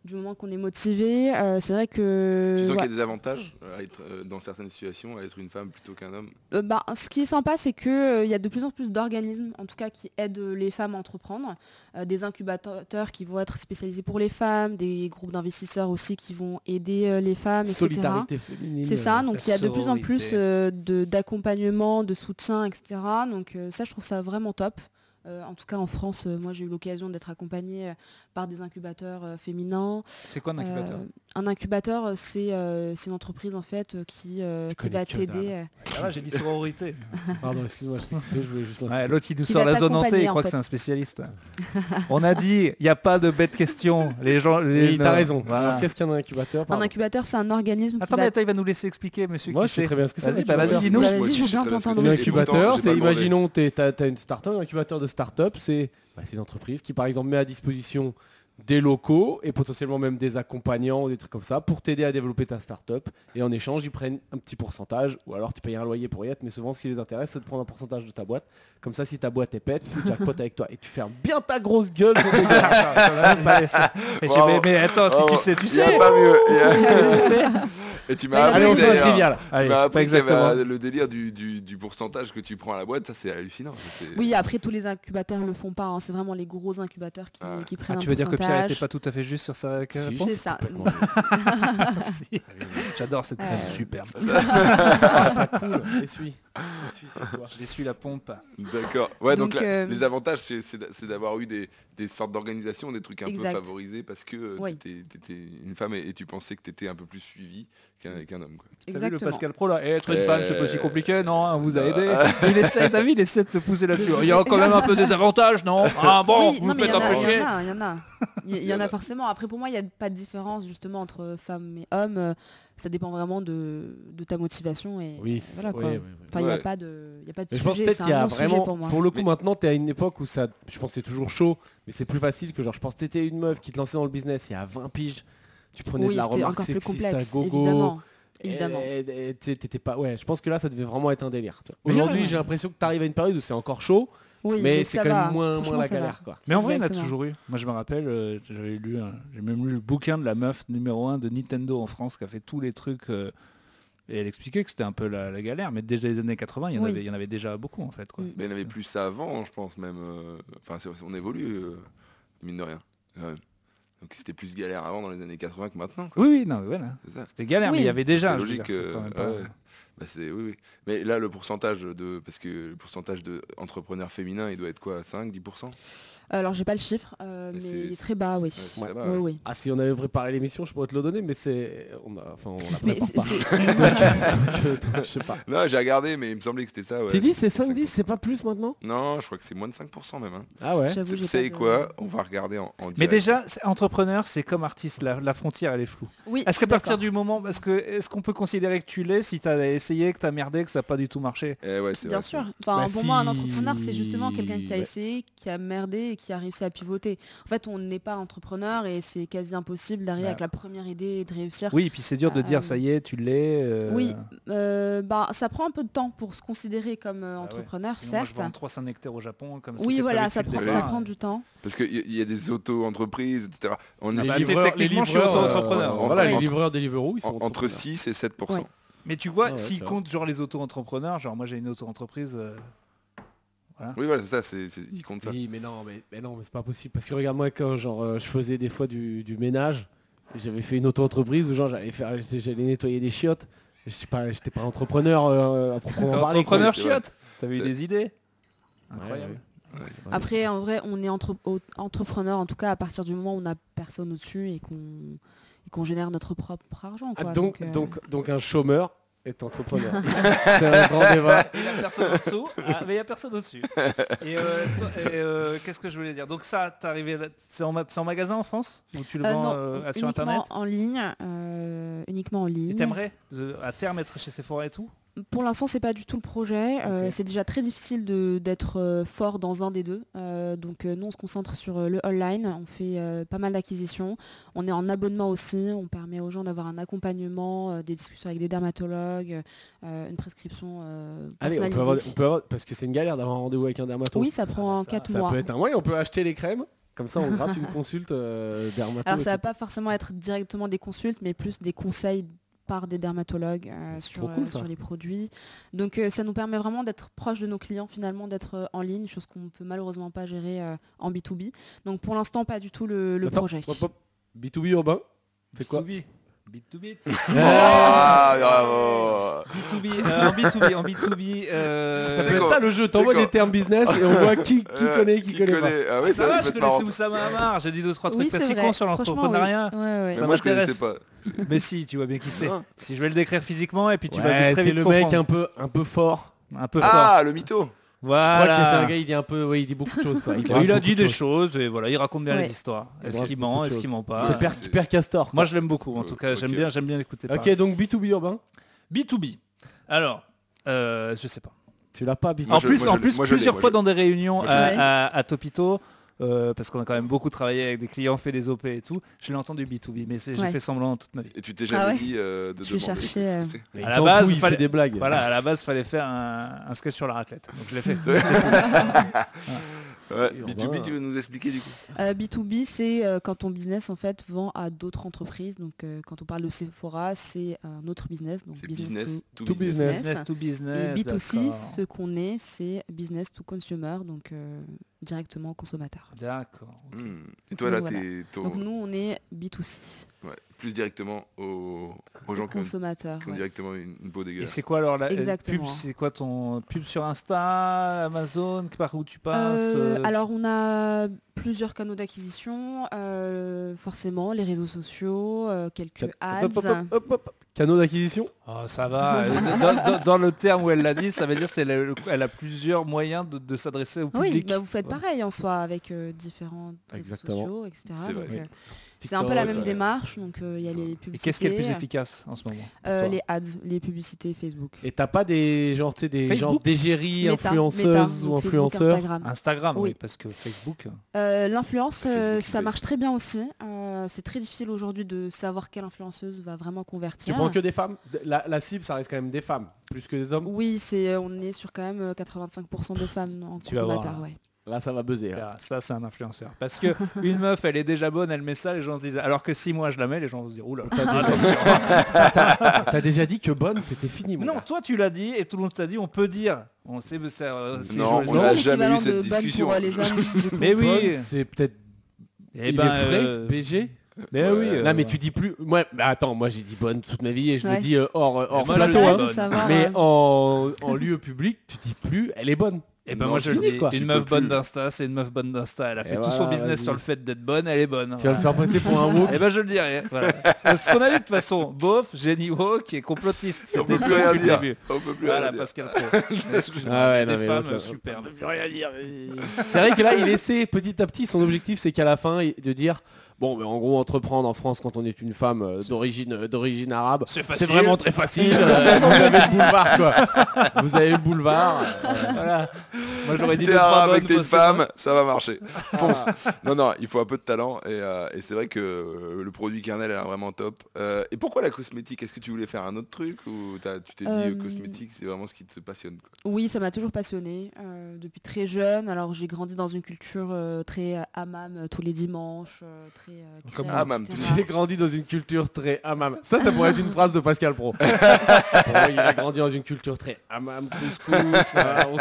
[SPEAKER 4] du moment qu'on est motivé, euh, c'est vrai que.
[SPEAKER 2] Tu sens
[SPEAKER 4] ouais.
[SPEAKER 2] qu'il y a des avantages à être, euh, dans certaines situations à être une femme plutôt qu'un homme.
[SPEAKER 4] Euh, bah, ce qui est sympa, c'est qu'il il y a de plus en plus d'organismes, en tout cas, qui aident euh, les femmes à entreprendre. Euh, des incubateurs qui vont être spécialisés pour les femmes, des groupes d'investisseurs aussi qui vont aider euh, les femmes, etc.
[SPEAKER 5] Solidarité féminine.
[SPEAKER 4] C'est ça,
[SPEAKER 5] euh,
[SPEAKER 3] la
[SPEAKER 4] donc il y a de plus en plus
[SPEAKER 3] sororité.
[SPEAKER 4] euh, de- d'accompagnement, de, soutien, etc. Donc euh, ça, je trouve ça vraiment top. Euh, en tout cas, en France, euh, moi, j'ai eu l'occasion d'être accompagnée euh, par des incubateurs euh, féminins.
[SPEAKER 3] C'est quoi un incubateur
[SPEAKER 4] Euh, un incubateur, euh, c'est euh, c'est une entreprise en fait euh, qui, euh,
[SPEAKER 5] Tu
[SPEAKER 4] qui
[SPEAKER 5] connais
[SPEAKER 4] va
[SPEAKER 5] que dalle.
[SPEAKER 4] t'aider. euh,
[SPEAKER 3] Ah là, j'ai dit sororité.
[SPEAKER 5] (laughs) Pardon, excuse-moi, je t'ai coupé, je voulais juste l'insulter.
[SPEAKER 3] Ouais, L'autre, il nous
[SPEAKER 4] Qui
[SPEAKER 3] sort
[SPEAKER 4] va
[SPEAKER 3] la zone
[SPEAKER 4] t'accompagner,
[SPEAKER 3] hantée, il
[SPEAKER 4] en
[SPEAKER 3] croit que
[SPEAKER 4] fait.
[SPEAKER 3] c'est un spécialiste. On a dit, il n'y a pas de bête question. Les gens... Les,
[SPEAKER 5] Et t'as
[SPEAKER 3] ne-
[SPEAKER 5] raison.
[SPEAKER 3] Voilà.
[SPEAKER 5] Alors, Qu'est-ce qu'un incubateur
[SPEAKER 4] Un
[SPEAKER 5] pardon
[SPEAKER 4] incubateur, c'est un organisme qui
[SPEAKER 3] Attends,
[SPEAKER 4] va...
[SPEAKER 3] mais attends, il va nous laisser expliquer, monsieur.
[SPEAKER 5] Moi,
[SPEAKER 3] qui
[SPEAKER 5] je sais
[SPEAKER 3] c'est.
[SPEAKER 5] très
[SPEAKER 3] (laughs)
[SPEAKER 5] bien ce que c'est.
[SPEAKER 3] Vas-y,
[SPEAKER 5] un
[SPEAKER 3] bah, vas-y,
[SPEAKER 4] dis-nous.
[SPEAKER 5] incubateur.
[SPEAKER 2] Moi,
[SPEAKER 4] Vas-y,
[SPEAKER 2] aussi,
[SPEAKER 4] je veux bien
[SPEAKER 2] sais très
[SPEAKER 4] t'entendre
[SPEAKER 2] ce que c'est. Et pourtant,
[SPEAKER 5] L'incubateur,
[SPEAKER 2] j'ai
[SPEAKER 5] c'est
[SPEAKER 2] pas demandé.
[SPEAKER 5] imaginons, t'es- t'as t'as une start-up, un incubateur de start-up, c'est bah, c'est une entreprise qui par exemple met à disposition des locaux et potentiellement même des accompagnants ou des trucs comme ça pour t'aider à développer ta start-up et en échange ils prennent un petit pourcentage ou alors tu payes un loyer pour y être mais souvent ce qui les intéresse c'est de prendre un pourcentage de ta boîte comme ça si ta boîte est pète tu jackpot avec toi et tu fermes bien ta grosse gueule mauvais gars.
[SPEAKER 3] Ah, Et j'ai-
[SPEAKER 2] Bravo.
[SPEAKER 3] mais, mais attends, si
[SPEAKER 2] Bravo.
[SPEAKER 3] tu sais, tu
[SPEAKER 2] Il Oh, y a
[SPEAKER 3] sais.
[SPEAKER 2] pas Ah mieux. Il y a-
[SPEAKER 3] Tu sais, tu sais.
[SPEAKER 2] (laughs) Et tu
[SPEAKER 4] Mais
[SPEAKER 2] m'as
[SPEAKER 3] Allez,
[SPEAKER 2] appris
[SPEAKER 3] on
[SPEAKER 2] le
[SPEAKER 3] fait un
[SPEAKER 2] délire.
[SPEAKER 3] trivial.
[SPEAKER 2] Tu
[SPEAKER 3] Allez,
[SPEAKER 2] m'as
[SPEAKER 3] c'est pas
[SPEAKER 2] appris qu'il y avait,
[SPEAKER 3] exactement.
[SPEAKER 2] euh, le délire du, du- du pourcentage que tu prends à la boîte, ça c'est hallucinant. ça, c'est-
[SPEAKER 4] Oui, après tous les incubateurs ne le font pas, hein, c'est vraiment les gros incubateurs qui,
[SPEAKER 2] Ah.
[SPEAKER 4] qui
[SPEAKER 3] Ah,
[SPEAKER 4] prennent un
[SPEAKER 3] tu veux dire que Pierre
[SPEAKER 4] pourcentage.
[SPEAKER 3] n'était pas tout à fait juste sur sa
[SPEAKER 5] Si.
[SPEAKER 3] réponse
[SPEAKER 4] C'est ça.
[SPEAKER 5] Complètement.
[SPEAKER 3] Si. (laughs) J'adore cette
[SPEAKER 4] Euh,
[SPEAKER 3] crème.
[SPEAKER 1] Superbe.
[SPEAKER 5] Ah, ça coule essuie Essuie sur toi.
[SPEAKER 3] Je l'essuie la pompe.
[SPEAKER 2] (laughs) D'accord. Ouais, donc,
[SPEAKER 4] Donc,
[SPEAKER 2] la-
[SPEAKER 4] euh,
[SPEAKER 2] les avantages, c'est- c'est d'a- c'est d'avoir eu des, des sortes d'organisations, des trucs un
[SPEAKER 4] Exact.
[SPEAKER 2] peu favorisés parce que euh,
[SPEAKER 4] Oui.
[SPEAKER 2] t'étais t'étais une femme et, et tu pensais que tu étais un peu plus suivi qu'un qu'un homme. quoi.
[SPEAKER 3] T'as vu le
[SPEAKER 4] Exactement.
[SPEAKER 3] Pascal Pro là Eh, Être une femme, c'est pas si compliqué, non hein, On vous a aidé.
[SPEAKER 2] Euh.
[SPEAKER 3] Il essaie, t'as vu, il essaie de te pousser là-dessus. Il y a quand même un peu des avantages, non Ah bon,
[SPEAKER 4] Oui,
[SPEAKER 3] vous
[SPEAKER 4] non,
[SPEAKER 3] me
[SPEAKER 4] mais il y
[SPEAKER 3] faites
[SPEAKER 4] en a,
[SPEAKER 3] un peu
[SPEAKER 4] il y
[SPEAKER 3] chier.
[SPEAKER 4] en a, il y en a. Il y, il y en a forcément. Après, pour moi, il n'y a pas de différence justement entre femmes et hommes. euh, Ça dépend vraiment de, de ta motivation et
[SPEAKER 5] Oui,
[SPEAKER 4] et
[SPEAKER 5] c'est
[SPEAKER 4] voilà
[SPEAKER 5] oui,
[SPEAKER 4] quoi.
[SPEAKER 5] oui, oui.
[SPEAKER 4] Enfin, il n'y a
[SPEAKER 2] Ouais.
[SPEAKER 4] pas de, il y a pas de
[SPEAKER 5] Mais je pense
[SPEAKER 4] sujet.
[SPEAKER 5] peut-être
[SPEAKER 4] C'est
[SPEAKER 5] qu'il y
[SPEAKER 4] un
[SPEAKER 5] a
[SPEAKER 4] non sujet
[SPEAKER 5] vraiment
[SPEAKER 4] pour moi.
[SPEAKER 5] le coup
[SPEAKER 2] Mais-
[SPEAKER 5] maintenant t'es à une époque où ça je pense que c'est toujours chaud mais c'est plus facile que genre je pense que t'étais une meuf qui te lançait dans le business il y a 20 piges tu prenais
[SPEAKER 4] oui,
[SPEAKER 5] de la
[SPEAKER 4] c'était
[SPEAKER 5] remarque
[SPEAKER 4] encore plus
[SPEAKER 5] sexiste à
[SPEAKER 4] complexe,
[SPEAKER 5] gogo
[SPEAKER 4] évidemment.
[SPEAKER 5] et-
[SPEAKER 4] Évidemment.
[SPEAKER 5] et- et t'sais, t'étais pas ouais je pense que là ça devait vraiment être un délire tu vois.
[SPEAKER 3] Mais
[SPEAKER 5] aujourd'hui
[SPEAKER 3] ouais.
[SPEAKER 5] j'ai l'impression que t'arrives à une période où c'est encore chaud
[SPEAKER 4] Oui,
[SPEAKER 5] mais
[SPEAKER 4] donc
[SPEAKER 5] c'est
[SPEAKER 4] ça
[SPEAKER 5] quand même
[SPEAKER 4] va.
[SPEAKER 5] moins,
[SPEAKER 4] Franchement,
[SPEAKER 5] moins la
[SPEAKER 4] ça va.
[SPEAKER 5] galère quoi
[SPEAKER 3] Mais en vrai, il y en a
[SPEAKER 4] Exactement.
[SPEAKER 3] toujours eu. Moi, je me rappelle, euh, j'avais lu, un- j'ai même lu le bouquin de la meuf numéro 1 de Nintendo en France qui a fait tous les trucs. euh, et elle expliquait que c'était un peu la, la galère, mais déjà les années 80, il y en
[SPEAKER 4] Oui.
[SPEAKER 3] avait, il y en avait déjà beaucoup en fait. Quoi.
[SPEAKER 4] Mm.
[SPEAKER 2] Mais il y en avait plus ça avant, hein, je pense même. euh, Enfin, c'est- on évolue, euh, mine de rien. quand même. Donc c'était plus galère avant dans les années 80 que maintenant.
[SPEAKER 3] Oui, oui, non, mais voilà.
[SPEAKER 2] C'est ça.
[SPEAKER 3] C'était galère, mais il y
[SPEAKER 4] Oui.
[SPEAKER 3] avait déjà.
[SPEAKER 2] C'est
[SPEAKER 3] je veux
[SPEAKER 2] logique.
[SPEAKER 3] dire, c'est quand
[SPEAKER 2] euh,
[SPEAKER 3] même pas-
[SPEAKER 2] ouais. Bah, c'est- oui, oui. Mais là, le pourcentage de, parce que le pourcentage d'entrepreneurs féminins, il doit être quoi 5, 10%
[SPEAKER 4] Alors, j'ai pas le chiffre, euh,
[SPEAKER 2] Mais
[SPEAKER 4] mais
[SPEAKER 2] c'est-
[SPEAKER 4] il est très bas, oui.
[SPEAKER 2] Ouais, c'est
[SPEAKER 4] Oui,
[SPEAKER 2] très bas, ouais.
[SPEAKER 4] oui.
[SPEAKER 5] ah si on avait préparé l'émission je pourrais te le donner mais c'est on a enfin
[SPEAKER 4] (laughs)
[SPEAKER 5] on la
[SPEAKER 4] Mais
[SPEAKER 5] prépare
[SPEAKER 4] c'est-
[SPEAKER 5] pas (laughs)
[SPEAKER 4] c'est-
[SPEAKER 5] Donc, euh, je sais pas
[SPEAKER 2] Non, j'ai regardé, mais il me semblait que c'était ça. ouais.
[SPEAKER 5] tu dis c'est 5 10 c'est pas plus maintenant
[SPEAKER 2] Non, je crois que c'est moins de 5% même. hein.
[SPEAKER 5] ah ouais
[SPEAKER 4] j'avoue,
[SPEAKER 2] C'est-
[SPEAKER 4] j'ai
[SPEAKER 2] Vous
[SPEAKER 4] pas
[SPEAKER 2] savez
[SPEAKER 4] de-
[SPEAKER 2] quoi On va regarder en, en direct.
[SPEAKER 3] Mais déjà, c'est- entrepreneur, c'est comme artiste, la, la frontière elle est floue.
[SPEAKER 4] Oui,
[SPEAKER 3] Est-ce qu'à partir
[SPEAKER 4] d'accord.
[SPEAKER 3] du moment, est-ce que est-ce qu'on peut considérer que tu l'es si t'as essayé, que t'as merdé, que ça n'a pas du tout marché
[SPEAKER 2] Eh ouais, c'est
[SPEAKER 4] Bien
[SPEAKER 2] vrai, c'est
[SPEAKER 4] sûr.
[SPEAKER 2] vrai.
[SPEAKER 4] Enfin,
[SPEAKER 5] Bah,
[SPEAKER 4] pour moi, un
[SPEAKER 5] si-
[SPEAKER 4] entrepreneur, c'est justement quelqu'un qui a
[SPEAKER 5] Ouais.
[SPEAKER 4] essayé, qui a merdé et qui a réussi à pivoter. En fait, on n'est pas entrepreneur et c'est quasi impossible d'arriver
[SPEAKER 3] Bah.
[SPEAKER 4] avec la première idée et de réussir.
[SPEAKER 3] Oui, et puis c'est dur de
[SPEAKER 4] Ah,
[SPEAKER 3] dire
[SPEAKER 4] euh,
[SPEAKER 3] ça y est, tu l'es. euh,
[SPEAKER 4] Oui, euh, bah, ça prend un peu de temps pour se considérer comme euh,
[SPEAKER 3] bah ouais.
[SPEAKER 4] entrepreneur,
[SPEAKER 3] Sinon, moi, je
[SPEAKER 4] certes.
[SPEAKER 3] vends 300 hectares au Japon, comme
[SPEAKER 4] Oui,
[SPEAKER 3] c'était
[SPEAKER 4] voilà,
[SPEAKER 3] prévu
[SPEAKER 4] ça
[SPEAKER 3] depuis
[SPEAKER 4] prend,
[SPEAKER 2] le
[SPEAKER 4] ça
[SPEAKER 2] départ.
[SPEAKER 4] prend du temps.
[SPEAKER 2] Parce qu'il y, y a des auto-entreprises, etc. On
[SPEAKER 5] Les
[SPEAKER 2] est
[SPEAKER 3] bah,
[SPEAKER 2] sur-
[SPEAKER 3] t'es-
[SPEAKER 5] livreurs-
[SPEAKER 3] techniquement, je suis
[SPEAKER 5] livreurs,
[SPEAKER 3] auto-entrepreneur.
[SPEAKER 5] euh, voilà, les
[SPEAKER 2] Entre-
[SPEAKER 5] livreurs des livreaux, ils sont
[SPEAKER 2] en- entre
[SPEAKER 5] entrepreneurs.
[SPEAKER 2] 6 et 7%.
[SPEAKER 4] Ouais.
[SPEAKER 3] Mais tu vois,
[SPEAKER 5] Ah ouais,
[SPEAKER 3] s'ils
[SPEAKER 5] clairement.
[SPEAKER 3] comptent genre les auto-entrepreneurs, genre moi j'ai une auto-entreprise. euh,
[SPEAKER 2] Oui, voilà, c'est ça, c'est, c'est- ils comptent ça.
[SPEAKER 5] Oui, mais non, mais, mais non, mais c'est pas possible. Parce que regarde moi quand genre euh, je faisais des fois du, du ménage, j'avais fait une auto-entreprise où genre j'allais faire, j'allais nettoyer des chiottes. Je sais pas, j'étais pas entrepreneur euh, à
[SPEAKER 3] T'es
[SPEAKER 5] proprement parler. quoi.
[SPEAKER 3] entrepreneur
[SPEAKER 2] c'est vrai.
[SPEAKER 3] chiotte T'avais eu
[SPEAKER 2] C'est-
[SPEAKER 3] des idées
[SPEAKER 5] Ouais,
[SPEAKER 3] Incroyable.
[SPEAKER 5] ouais.
[SPEAKER 2] Ouais.
[SPEAKER 5] Ouais.
[SPEAKER 4] Après, en vrai, on est entre- au- entrepreneur, en tout cas, à partir du moment où on n'a personne au-dessus et qu'on et qu'on génère notre propre argent.
[SPEAKER 5] Ah,
[SPEAKER 4] quoi.
[SPEAKER 5] donc,
[SPEAKER 4] euh,
[SPEAKER 5] donc, donc un chômeur est
[SPEAKER 4] (laughs)
[SPEAKER 5] entrepreneur. c'est un grand débat.
[SPEAKER 3] Et il n'y a personne en dessous, ah, mais il n'y a personne au-dessus. Et, euh, toi- et, euh, qu'est-ce que je voulais dire Donc ça, t'es arrivé là- c'est en, ma- c'est en magasin en France Ou tu le
[SPEAKER 4] euh,
[SPEAKER 3] vends
[SPEAKER 4] non,
[SPEAKER 3] euh, sur
[SPEAKER 4] uniquement
[SPEAKER 3] Internet
[SPEAKER 4] en ligne, euh, uniquement en
[SPEAKER 3] Et
[SPEAKER 4] ligne.
[SPEAKER 3] t'aimerais de- à terme être chez Sephora et tout
[SPEAKER 4] Pour l'instant, c'est pas du tout le projet. euh,
[SPEAKER 3] Ok.
[SPEAKER 4] c'est déjà très difficile de- d'être euh, fort dans un des deux. Euh, donc euh, nous, on se concentre sur euh, le online. On fait euh, pas mal d'acquisitions. On est en abonnement aussi. On permet aux gens d'avoir un accompagnement, euh, des discussions avec des dermatologues, euh, une prescription euh,
[SPEAKER 5] Allez, on
[SPEAKER 4] personnalisée.
[SPEAKER 5] peut, avoir, on peut avoir- parce que c'est une galère d'avoir un rendez-vous avec un dermatologue.
[SPEAKER 4] Oui, ça prend
[SPEAKER 3] bah,
[SPEAKER 4] en
[SPEAKER 3] ça-
[SPEAKER 4] 4
[SPEAKER 5] ça
[SPEAKER 4] mois.
[SPEAKER 5] peut être un moyen. On peut acheter les crèmes. Comme ça, on gratte une consulte euh, dermatologue.
[SPEAKER 4] Alors ça va pas forcément être directement des consultes, mais plus des conseils par des dermatologues euh,
[SPEAKER 5] Mais c'est
[SPEAKER 4] sur,
[SPEAKER 5] trop cool,
[SPEAKER 4] euh,
[SPEAKER 5] ça.
[SPEAKER 4] sur les produits. Donc euh, ça nous permet vraiment d'être proche de nos clients finalement, d'être euh, en ligne, chose qu'on peut malheureusement pas gérer euh, en B2B. Donc pour l'instant pas du tout le, le
[SPEAKER 5] Attends,
[SPEAKER 4] projet.
[SPEAKER 5] hop, hop. B2B urbain. C'est quoi
[SPEAKER 3] B2B. B2B.
[SPEAKER 5] (laughs)
[SPEAKER 2] Ah,
[SPEAKER 4] (laughs)
[SPEAKER 2] bravo.
[SPEAKER 3] B2B, euh, en B2B, en B2B. euh,
[SPEAKER 5] Ça
[SPEAKER 2] C'est
[SPEAKER 5] peut être
[SPEAKER 2] quoi
[SPEAKER 5] ça le jeu, t'envoies
[SPEAKER 2] C'est quoi
[SPEAKER 5] des termes business et on voit qui, qui
[SPEAKER 2] Euh,
[SPEAKER 5] connaît, qui, connaît, pas.
[SPEAKER 2] Ah
[SPEAKER 3] Ah,
[SPEAKER 2] oui,
[SPEAKER 3] ça va, je
[SPEAKER 2] peut être marrant.
[SPEAKER 3] connaissais Oussama Hamar, j'ai dit deux trois trucs
[SPEAKER 4] Oui,
[SPEAKER 3] pas
[SPEAKER 4] c'est
[SPEAKER 3] si
[SPEAKER 4] vrai.
[SPEAKER 3] cons hein, sur
[SPEAKER 4] Franchement, oui. (laughs)
[SPEAKER 3] l'entrepreneuriat.
[SPEAKER 4] Ouais, ouais.
[SPEAKER 2] Mais
[SPEAKER 3] Ça
[SPEAKER 2] moi, je
[SPEAKER 3] m'intéresse.
[SPEAKER 2] connaissais pas.
[SPEAKER 3] Mais si, tu vois bien qui c'est.
[SPEAKER 2] Non.
[SPEAKER 3] Si je vais le décrire physiquement et puis tu vas
[SPEAKER 5] Ouais,
[SPEAKER 3] très
[SPEAKER 5] c'est
[SPEAKER 3] vite
[SPEAKER 5] le mec un
[SPEAKER 3] comprendre.
[SPEAKER 5] peu, un peu fort.
[SPEAKER 3] un peu fort.
[SPEAKER 2] Ah, le mytho.
[SPEAKER 5] Je crois
[SPEAKER 3] Voilà.
[SPEAKER 5] que c'est un gars, il dit un peu, ouais, il dit beaucoup de choses. quoi.
[SPEAKER 3] Bon,
[SPEAKER 5] raconte
[SPEAKER 3] il a
[SPEAKER 5] beaucoup
[SPEAKER 3] dit
[SPEAKER 5] de
[SPEAKER 3] des
[SPEAKER 5] choses.
[SPEAKER 3] choses et voilà, il raconte bien
[SPEAKER 4] Ouais.
[SPEAKER 3] les histoires.
[SPEAKER 5] Il
[SPEAKER 3] Est-ce
[SPEAKER 5] raconte
[SPEAKER 3] qu'il
[SPEAKER 5] beaucoup
[SPEAKER 3] ment,
[SPEAKER 5] de
[SPEAKER 3] est-ce
[SPEAKER 5] choses.
[SPEAKER 3] qu'il ment pas
[SPEAKER 5] C'est
[SPEAKER 2] Ah,
[SPEAKER 5] per,
[SPEAKER 2] c'est-
[SPEAKER 5] Père Castor.
[SPEAKER 3] Moi je l'aime beaucoup en
[SPEAKER 2] Euh,
[SPEAKER 3] tout cas, j'aime
[SPEAKER 2] ok.
[SPEAKER 3] bien, j'aime bien l'écouter.
[SPEAKER 5] ok,
[SPEAKER 3] parler.
[SPEAKER 5] donc B2B urbain,
[SPEAKER 3] B2B. Alors, euh, je sais pas.
[SPEAKER 5] tu l'as pas B2B.
[SPEAKER 2] Moi,
[SPEAKER 3] en
[SPEAKER 2] je-
[SPEAKER 3] plus,
[SPEAKER 2] moi,
[SPEAKER 3] en
[SPEAKER 2] je-
[SPEAKER 3] plus
[SPEAKER 2] moi, je l'ai,
[SPEAKER 3] plusieurs
[SPEAKER 2] moi,
[SPEAKER 3] fois
[SPEAKER 2] je-
[SPEAKER 3] dans des réunions
[SPEAKER 2] moi,
[SPEAKER 3] à,
[SPEAKER 2] je
[SPEAKER 4] l'ai.
[SPEAKER 3] à- à Topito, euh, parce qu'on a quand même beaucoup travaillé avec des clients, fait des OP et tout, je l'ai entendu B2B, mais c'est- j'ai
[SPEAKER 4] Ouais.
[SPEAKER 3] fait semblant toute ma vie.
[SPEAKER 2] Et tu t'es
[SPEAKER 4] Ah
[SPEAKER 2] jamais
[SPEAKER 4] ouais
[SPEAKER 2] dit euh, de
[SPEAKER 4] Je vais
[SPEAKER 2] demander
[SPEAKER 4] chercher, euh,
[SPEAKER 2] ce que c'est.
[SPEAKER 5] Mais
[SPEAKER 3] à
[SPEAKER 5] il
[SPEAKER 3] la
[SPEAKER 5] s'en
[SPEAKER 3] base,
[SPEAKER 5] fout, il
[SPEAKER 3] fallait-
[SPEAKER 5] fait des blagues.
[SPEAKER 3] Voilà, à la base, fallait faire un, un sketch sur la raclette. Donc je (laughs) l'ai fait.
[SPEAKER 2] Ouais,
[SPEAKER 5] Urbain,
[SPEAKER 2] B2B, tu
[SPEAKER 5] euh.
[SPEAKER 2] veux nous expliquer du coup
[SPEAKER 4] Euh, B2B, c'est euh, quand ton business en fait vend à d'autres entreprises. Donc euh, quand on parle de Sephora, c'est un autre business. Donc
[SPEAKER 2] C'est
[SPEAKER 4] business,
[SPEAKER 2] business,
[SPEAKER 4] to-
[SPEAKER 2] tout
[SPEAKER 5] Tout
[SPEAKER 2] business.
[SPEAKER 5] business.
[SPEAKER 4] business.
[SPEAKER 3] to
[SPEAKER 4] Et
[SPEAKER 3] business.
[SPEAKER 4] B2C,
[SPEAKER 3] d'accord.
[SPEAKER 4] ce qu'on est, c'est business to consumer, donc euh, directement au consommateur.
[SPEAKER 3] D'accord.
[SPEAKER 2] Hmm. Et toi là,
[SPEAKER 4] Donc, voilà.
[SPEAKER 2] t'es ton-
[SPEAKER 4] Donc nous, on est B2C,
[SPEAKER 2] ouais, plus directement aux, aux gens qui ont,
[SPEAKER 4] consommateur.
[SPEAKER 2] qui ont
[SPEAKER 4] ouais.
[SPEAKER 2] directement une, une peau
[SPEAKER 3] Et
[SPEAKER 2] dégueulasse.
[SPEAKER 3] c'est quoi alors la euh, pub
[SPEAKER 4] Exactement.
[SPEAKER 3] C'est quoi ton pub sur Insta, Amazon, par où tu passes
[SPEAKER 4] Euh,
[SPEAKER 3] euh,
[SPEAKER 4] alors on a plusieurs canaux d'acquisition, euh, forcément les réseaux sociaux, euh, quelques ads.
[SPEAKER 5] Hop, hop, hop, hop, hop, hop. Canot d'acquisition
[SPEAKER 3] Oh, ça va. euh, dans, dans- dans le terme où elle l'a dit, ça veut dire qu'elle a, le- elle a plusieurs moyens de, de s'adresser au
[SPEAKER 4] Oui,
[SPEAKER 3] public.
[SPEAKER 4] bah, vous faites
[SPEAKER 3] Ouais.
[SPEAKER 4] pareil en soi avec euh, différents réseaux
[SPEAKER 5] Exactement.
[SPEAKER 4] sociaux, etc.
[SPEAKER 2] C'est
[SPEAKER 4] Donc,
[SPEAKER 2] vrai.
[SPEAKER 4] euh, C'est un peu la
[SPEAKER 5] TikTok,
[SPEAKER 4] même
[SPEAKER 5] euh,
[SPEAKER 4] démarche, donc euh, il y a les
[SPEAKER 3] Et
[SPEAKER 4] publicités,
[SPEAKER 3] qu'est-ce qui est hein. le plus
[SPEAKER 4] euh,
[SPEAKER 3] efficace en ce moment pour
[SPEAKER 4] euh,
[SPEAKER 3] toi
[SPEAKER 4] les ads, les publicités Facebook.
[SPEAKER 5] Et t'as pas des genre, tu sais, des
[SPEAKER 3] Facebook
[SPEAKER 5] genre d'égéries
[SPEAKER 4] Meta,
[SPEAKER 5] influenceuses
[SPEAKER 4] Meta,
[SPEAKER 5] ou
[SPEAKER 4] donc Facebook,
[SPEAKER 5] influenceurs
[SPEAKER 4] Instagram.
[SPEAKER 3] Instagram, oui.
[SPEAKER 4] Oui.
[SPEAKER 3] parce que Facebook.
[SPEAKER 4] Euh, L'influence,
[SPEAKER 2] Facebook,
[SPEAKER 4] euh,
[SPEAKER 2] eBay.
[SPEAKER 4] ça marche très bien aussi. Euh, c'est très difficile aujourd'hui de savoir quelle influenceuse va vraiment
[SPEAKER 5] Tu
[SPEAKER 4] convertir.
[SPEAKER 5] prends que des femmes De- la, la cible, ça reste quand même des femmes, plus que des hommes.
[SPEAKER 4] Oui, c'est on est sur quand même euh, 85% de femmes en
[SPEAKER 3] Tu vas voir,
[SPEAKER 4] consommateur.
[SPEAKER 3] là.
[SPEAKER 4] ouais.
[SPEAKER 5] Là, ça va buzzer. hein.
[SPEAKER 3] Ah, Ça, c'est un influenceur. Parce que une meuf, elle est déjà bonne, elle met ça, les gens se disent. Alors que si moi je la mets, les gens vont se dire, oula. (laughs)
[SPEAKER 5] T'as déjà dit que bonne, c'était fini.
[SPEAKER 3] (laughs)
[SPEAKER 5] mon
[SPEAKER 3] Non,
[SPEAKER 5] gars.
[SPEAKER 3] toi tu l'as dit et tout le monde t'a dit, on peut dire. On sait, mais c'est, euh, c'est
[SPEAKER 2] Non,
[SPEAKER 3] joué.
[SPEAKER 2] on
[SPEAKER 4] C'est
[SPEAKER 2] n'a
[SPEAKER 4] l'équivalent
[SPEAKER 2] jamais eu
[SPEAKER 4] de
[SPEAKER 2] cette
[SPEAKER 4] bonne pour,
[SPEAKER 2] discussion.
[SPEAKER 4] euh, les hommes, du coup.
[SPEAKER 3] Mais eh oui.
[SPEAKER 5] Bonne, c'est peut-être.
[SPEAKER 3] Eh
[SPEAKER 5] il
[SPEAKER 3] ben,
[SPEAKER 5] est frais,
[SPEAKER 3] euh,
[SPEAKER 5] BG.
[SPEAKER 3] Mais oui. euh.
[SPEAKER 5] Là, mais tu dis plus. Moi, bah, attends, moi j'ai dit bonne toute ma vie et je
[SPEAKER 4] Ouais.
[SPEAKER 5] le dis euh, hors, euh, hors
[SPEAKER 3] moi, je
[SPEAKER 5] plateau.
[SPEAKER 3] dis
[SPEAKER 5] hein.
[SPEAKER 4] Intéressant de savoir,
[SPEAKER 5] Mais
[SPEAKER 4] euh,
[SPEAKER 5] en, en lieu public, tu dis plus, elle est bonne.
[SPEAKER 3] Et ben
[SPEAKER 2] Non,
[SPEAKER 3] moi je le
[SPEAKER 5] fini,
[SPEAKER 3] dis,
[SPEAKER 5] quoi.
[SPEAKER 3] une
[SPEAKER 2] Tu
[SPEAKER 3] meuf
[SPEAKER 2] peux
[SPEAKER 3] bonne
[SPEAKER 2] plus.
[SPEAKER 3] d'Insta, c'est une meuf bonne d'Insta. Elle a
[SPEAKER 5] Et
[SPEAKER 3] fait tout
[SPEAKER 5] voilà,
[SPEAKER 3] son business
[SPEAKER 5] Eh vas-y.
[SPEAKER 3] sur le fait d'être bonne, elle est bonne.
[SPEAKER 5] Tu vas le faire passer pour un mot.
[SPEAKER 3] Et ben je le dirai.
[SPEAKER 5] (laughs)
[SPEAKER 3] Voilà. Ce qu'on a vu de toute façon, beauf, génie woke et complotiste.
[SPEAKER 2] On
[SPEAKER 3] C'était
[SPEAKER 2] peut
[SPEAKER 3] tout
[SPEAKER 2] plus rien
[SPEAKER 3] depuis le
[SPEAKER 2] dire.
[SPEAKER 3] début.
[SPEAKER 2] On peut plus
[SPEAKER 3] Voilà,
[SPEAKER 2] rien dire.
[SPEAKER 3] Pascal Pro. Excuse-moi,
[SPEAKER 5] (laughs) Ah ouais, non,
[SPEAKER 3] des
[SPEAKER 5] mais
[SPEAKER 3] femmes
[SPEAKER 5] l'autre,
[SPEAKER 3] euh,
[SPEAKER 5] là.
[SPEAKER 3] super, ne plus rien dire.
[SPEAKER 5] C'est vrai que là, il essaie petit à petit. Son objectif, c'est qu'à la fin, il- de dire bon, mais en gros, entreprendre en France quand on est une femme euh, d'origine euh, d'origine arabe,
[SPEAKER 3] C'est
[SPEAKER 5] c'est
[SPEAKER 3] facile.
[SPEAKER 5] vraiment très
[SPEAKER 3] (laughs)
[SPEAKER 5] facile. euh, vous avez le boulevard, quoi. Vous avez
[SPEAKER 3] (laughs)
[SPEAKER 5] le boulevard. euh,
[SPEAKER 3] Voilà. Moi j'aurais
[SPEAKER 2] Si
[SPEAKER 3] dit
[SPEAKER 2] t'es
[SPEAKER 3] deux, trois
[SPEAKER 2] arabe et
[SPEAKER 3] bonnes
[SPEAKER 2] que t'es une
[SPEAKER 3] bosses.
[SPEAKER 2] femme, ça va
[SPEAKER 3] (laughs)
[SPEAKER 2] marcher.
[SPEAKER 5] Ah,
[SPEAKER 2] Fonce. non, non, il faut un peu de talent. Et, euh, et c'est vrai que euh, le produit Kernel est vraiment top. Euh, et pourquoi la cosmétique Est-ce que tu voulais faire un autre truc Ou t'as- tu t'es dit euh,
[SPEAKER 4] Euh,
[SPEAKER 2] cosmétique, c'est vraiment ce qui te passionne quoi.
[SPEAKER 4] Oui, ça m'a toujours passionnée euh, depuis très jeune. Alors j'ai grandi dans une culture euh, très euh, hammam euh, tous les dimanches, euh, très euh, crème,
[SPEAKER 3] Comme
[SPEAKER 2] hammam,
[SPEAKER 4] etc.
[SPEAKER 5] (laughs) J'ai grandi dans une culture très hammam. Ça, ça pourrait être une phrase de
[SPEAKER 3] (laughs)
[SPEAKER 5] Pascal Pro. Pour moi, il a grandi dans une culture très hammam, couscous. euh, on-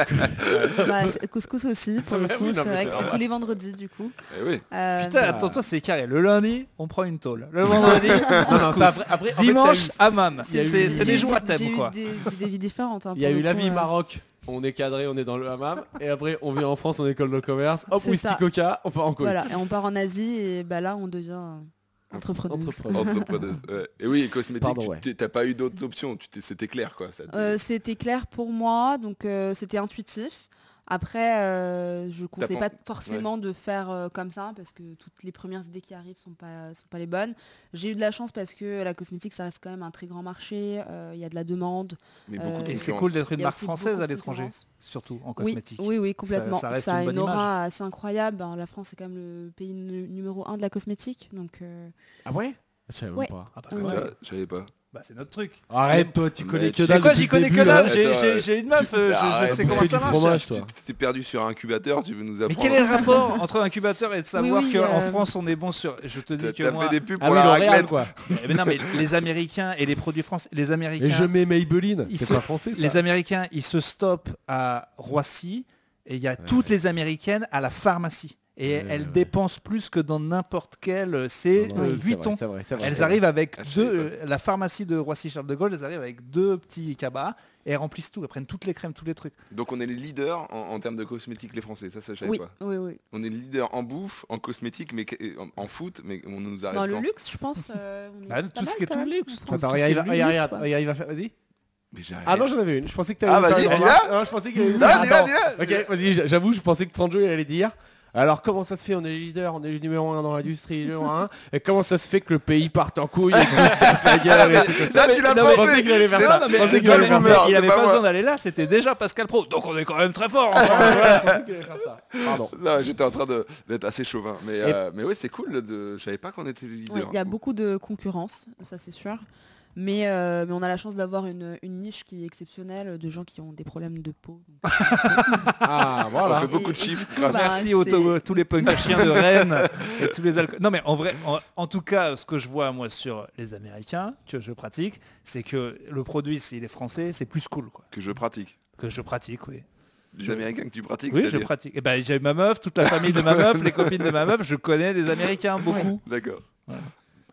[SPEAKER 4] Bah, c'est- couscous aussi pour le coup.
[SPEAKER 5] non,
[SPEAKER 4] C'est
[SPEAKER 5] mais
[SPEAKER 4] vrai
[SPEAKER 5] c'est
[SPEAKER 4] que c'est tous les vendredis du coup.
[SPEAKER 2] Eh oui.
[SPEAKER 5] Ah.
[SPEAKER 4] Euh,
[SPEAKER 3] Putain, attends, toi c'est carré. Le lundi, on prend une tôle. Le vendredi,
[SPEAKER 5] (laughs) Non, non,
[SPEAKER 3] couscous.
[SPEAKER 5] ça, après, après, en fait,
[SPEAKER 3] dimanche,
[SPEAKER 5] t'as eu-
[SPEAKER 3] Amam.
[SPEAKER 5] il y a eu-
[SPEAKER 3] C'est
[SPEAKER 4] j'ai-
[SPEAKER 3] c'est
[SPEAKER 4] j'ai
[SPEAKER 3] des jours
[SPEAKER 4] eu-
[SPEAKER 3] à
[SPEAKER 4] j'ai
[SPEAKER 3] thèmes
[SPEAKER 4] eu
[SPEAKER 3] quoi.
[SPEAKER 4] Des, des vies différentes. hein,
[SPEAKER 5] il y a
[SPEAKER 4] pour
[SPEAKER 5] eu
[SPEAKER 4] le
[SPEAKER 5] la
[SPEAKER 4] coup,
[SPEAKER 5] vie
[SPEAKER 4] euh.
[SPEAKER 5] Maroc. On est cadré, on est dans le hammam. Et après, on vient en France, on est école de commerce. Hop,
[SPEAKER 4] C'est
[SPEAKER 5] whisky
[SPEAKER 4] ça.
[SPEAKER 5] coca, on part en couille.
[SPEAKER 4] Voilà, et on part en Asie et bah là on devient euh, entrepreneuse.
[SPEAKER 5] Entrepreneur.
[SPEAKER 4] (laughs)
[SPEAKER 2] Entrepreneuse. ouais. Et oui, et cosmétique,
[SPEAKER 5] Pardon,
[SPEAKER 2] tu
[SPEAKER 5] ouais.
[SPEAKER 2] t'es- t'as pas eu d'autres options. tu t'es- C'était clair quoi. ça te-
[SPEAKER 4] Euh, c'était clair pour moi, donc euh, c'était intuitif. Après, euh, je ne conseille
[SPEAKER 2] pen-
[SPEAKER 4] pas forcément de faire euh, comme ça, parce que toutes les premières idées qui arrivent sont pas, sont pas les bonnes. J'ai eu de la chance parce que la cosmétique, ça reste quand même un très grand marché, euh, il y a de la demande.
[SPEAKER 2] mais
[SPEAKER 4] euh,
[SPEAKER 2] beaucoup de
[SPEAKER 3] Et c'est
[SPEAKER 2] concurrence.
[SPEAKER 3] cool d'être
[SPEAKER 4] Il
[SPEAKER 3] une
[SPEAKER 4] y a
[SPEAKER 3] marque
[SPEAKER 4] aussi beaucoup
[SPEAKER 3] française à
[SPEAKER 4] de
[SPEAKER 3] l'étranger,
[SPEAKER 4] concurrence.
[SPEAKER 3] surtout en
[SPEAKER 4] Oui,
[SPEAKER 3] cosmétique.
[SPEAKER 4] oui, oui, complètement.
[SPEAKER 3] ça
[SPEAKER 4] Ça,
[SPEAKER 3] reste
[SPEAKER 4] a
[SPEAKER 3] une
[SPEAKER 4] une,
[SPEAKER 3] bonne
[SPEAKER 4] aura assez incroyable. Ben, la France est quand même le pays nu- numéro un de la cosmétique, donc euh,
[SPEAKER 5] Ah ouais Je savais même
[SPEAKER 4] Ouais.
[SPEAKER 5] pas.
[SPEAKER 3] Ah bah,
[SPEAKER 2] Tu
[SPEAKER 4] Ouais.
[SPEAKER 2] vois, Je savais pas.
[SPEAKER 3] bah, c'est notre truc.
[SPEAKER 5] Arrête toi, tu connais
[SPEAKER 2] Mais
[SPEAKER 5] que
[SPEAKER 2] tu-
[SPEAKER 5] dalle.
[SPEAKER 3] Mais quoi,
[SPEAKER 5] depuis
[SPEAKER 3] j'y
[SPEAKER 5] le
[SPEAKER 3] connais
[SPEAKER 5] début,
[SPEAKER 3] que dalle,
[SPEAKER 5] hein.
[SPEAKER 3] j'ai-
[SPEAKER 2] Attends,
[SPEAKER 3] j'ai
[SPEAKER 2] euh,
[SPEAKER 3] j'ai une meuf,
[SPEAKER 2] tu-
[SPEAKER 3] euh, je- je
[SPEAKER 2] arrête,
[SPEAKER 3] sais
[SPEAKER 5] on
[SPEAKER 3] comment
[SPEAKER 5] fait
[SPEAKER 3] ça
[SPEAKER 5] du
[SPEAKER 3] marche.
[SPEAKER 5] fromage,
[SPEAKER 2] Tu
[SPEAKER 5] toi.
[SPEAKER 2] t'es- t'es perdu sur un incubateur, tu veux nous
[SPEAKER 3] Mais
[SPEAKER 2] apprendre.
[SPEAKER 3] quel est le rapport entre incubateur et de savoir
[SPEAKER 4] oui,
[SPEAKER 3] qu'en
[SPEAKER 4] euh,
[SPEAKER 3] France on est bon sur... Je te
[SPEAKER 2] T'as
[SPEAKER 3] dis que
[SPEAKER 2] t'as
[SPEAKER 3] moi...
[SPEAKER 2] fait des pubs
[SPEAKER 5] Ah
[SPEAKER 2] pour
[SPEAKER 5] oui,
[SPEAKER 2] la
[SPEAKER 5] L'Oréal,
[SPEAKER 2] raclette.
[SPEAKER 5] quoi.
[SPEAKER 3] Eh ben non,
[SPEAKER 5] (laughs)
[SPEAKER 3] mais les Américains et les produits français... Les
[SPEAKER 5] Et je
[SPEAKER 3] Américains,
[SPEAKER 5] mets Maybelline.
[SPEAKER 3] Ils
[SPEAKER 5] C'est
[SPEAKER 3] sont-
[SPEAKER 5] pas français, ça.
[SPEAKER 3] les Américains, ils se stoppent à Roissy et il y a toutes les Américaines à la pharmacie. et
[SPEAKER 5] Ouais,
[SPEAKER 3] elles
[SPEAKER 5] ouais.
[SPEAKER 3] dépensent plus que dans n'importe quel. euh, C'est
[SPEAKER 5] Non, non, c'est
[SPEAKER 3] 8
[SPEAKER 5] vrai,
[SPEAKER 3] tons.
[SPEAKER 5] c'est vrai, c'est vrai.
[SPEAKER 3] Elles arrivent avec
[SPEAKER 2] Ah, je
[SPEAKER 3] deux,
[SPEAKER 2] savais
[SPEAKER 3] euh, la pharmacie de Roissy Charles de Gaulle, elles arrivent avec deux petits cabas et elles remplissent tout, elles prennent toutes les crèmes, tous les trucs.
[SPEAKER 2] Donc on est les leaders en, en termes de cosmétiques, les Français, ça, ça je savais
[SPEAKER 4] Oui,
[SPEAKER 2] pas.
[SPEAKER 4] oui, oui.
[SPEAKER 2] On est les leaders en bouffe, en cosmétiques, mais que- et en, en foot, mais on ne nous arrête
[SPEAKER 4] Dans le
[SPEAKER 2] qu'en-
[SPEAKER 4] luxe, je pense. euh,
[SPEAKER 3] (laughs)
[SPEAKER 4] on est
[SPEAKER 3] Bah,
[SPEAKER 4] pas
[SPEAKER 3] tout ce
[SPEAKER 4] mal
[SPEAKER 3] qui est
[SPEAKER 4] quand
[SPEAKER 3] tout
[SPEAKER 4] même
[SPEAKER 3] luxe.
[SPEAKER 4] en France.
[SPEAKER 5] Attends,
[SPEAKER 4] Tout ce qui est
[SPEAKER 5] regarde, regarde,
[SPEAKER 4] luxe,
[SPEAKER 5] regarde,
[SPEAKER 4] quoi.
[SPEAKER 5] regarde, il va faire. Vas-y.
[SPEAKER 2] Mais j'arrête.
[SPEAKER 5] Ah non, j'en avais une. Je pensais que tu
[SPEAKER 2] Ah,
[SPEAKER 5] avais
[SPEAKER 2] vas-y, dis-la
[SPEAKER 5] Je pensais que.
[SPEAKER 2] Ah, dis-la,
[SPEAKER 5] Attends.
[SPEAKER 2] dis-la
[SPEAKER 5] Ok, vas-y, j- j'avoue, je pensais que Franjo il allait dire. Alors comment ça se fait, on est les leaders, on est le numéro 1 dans l'industrie, le numéro 1 Et comment ça se fait que le pays parte en couille et qu'on se casse la gueule et tout comme ça
[SPEAKER 2] Là, tu l'as pas
[SPEAKER 5] Non, mais
[SPEAKER 2] fait.
[SPEAKER 5] je pensais qu'il allait faire
[SPEAKER 2] C'est-
[SPEAKER 5] ça.
[SPEAKER 2] non,
[SPEAKER 5] Je pensais
[SPEAKER 2] c'est
[SPEAKER 5] qu'il allait
[SPEAKER 2] pas
[SPEAKER 5] faire
[SPEAKER 2] le
[SPEAKER 5] ça.
[SPEAKER 2] boomer,
[SPEAKER 3] il
[SPEAKER 2] c'est
[SPEAKER 3] avait
[SPEAKER 2] pas
[SPEAKER 3] Oh, pas
[SPEAKER 2] moi.
[SPEAKER 3] besoin d'aller là, c'était déjà Pascal Pro, donc on est quand même très fort. hein. en France. Voilà, je pensais qu'il allait faire ça.
[SPEAKER 5] Pardon.
[SPEAKER 2] Non, j'étais en train de- d'être assez chauvin. Mais,
[SPEAKER 5] Et-
[SPEAKER 2] euh, mais ouais, c'est cool. De... Je savais pas qu'on était les
[SPEAKER 4] Ouais,
[SPEAKER 2] leaders.
[SPEAKER 4] Il y a beaucoup de concurrence, ça c'est sûr. Mais, euh, mais on a la chance d'avoir une, une niche qui est exceptionnelle de gens qui ont des problèmes de peau. Donc,
[SPEAKER 5] Ah,
[SPEAKER 2] On
[SPEAKER 5] voilà.
[SPEAKER 2] fait beaucoup de chiffres
[SPEAKER 4] et-
[SPEAKER 2] grâce
[SPEAKER 4] Bah,
[SPEAKER 3] Merci aux
[SPEAKER 4] c'est-
[SPEAKER 3] to- tous les punks à chiens de Rennes et tous les alcools. Non mais en vrai, en, en tout cas, ce que je vois moi sur les Américains, que je pratique, c'est que le produit, s'il est français, c'est plus cool quoi.
[SPEAKER 2] que je pratique.
[SPEAKER 3] Que je pratique, oui.
[SPEAKER 2] Les
[SPEAKER 3] Je-
[SPEAKER 2] Américains que tu pratiques.
[SPEAKER 3] Oui, je
[SPEAKER 2] c'est-à-dire.
[SPEAKER 3] pratique. Et ben j'ai ma meuf, toute la famille de ma meuf, les copines de ma meuf, je connais des Américains beaucoup.
[SPEAKER 2] D'accord.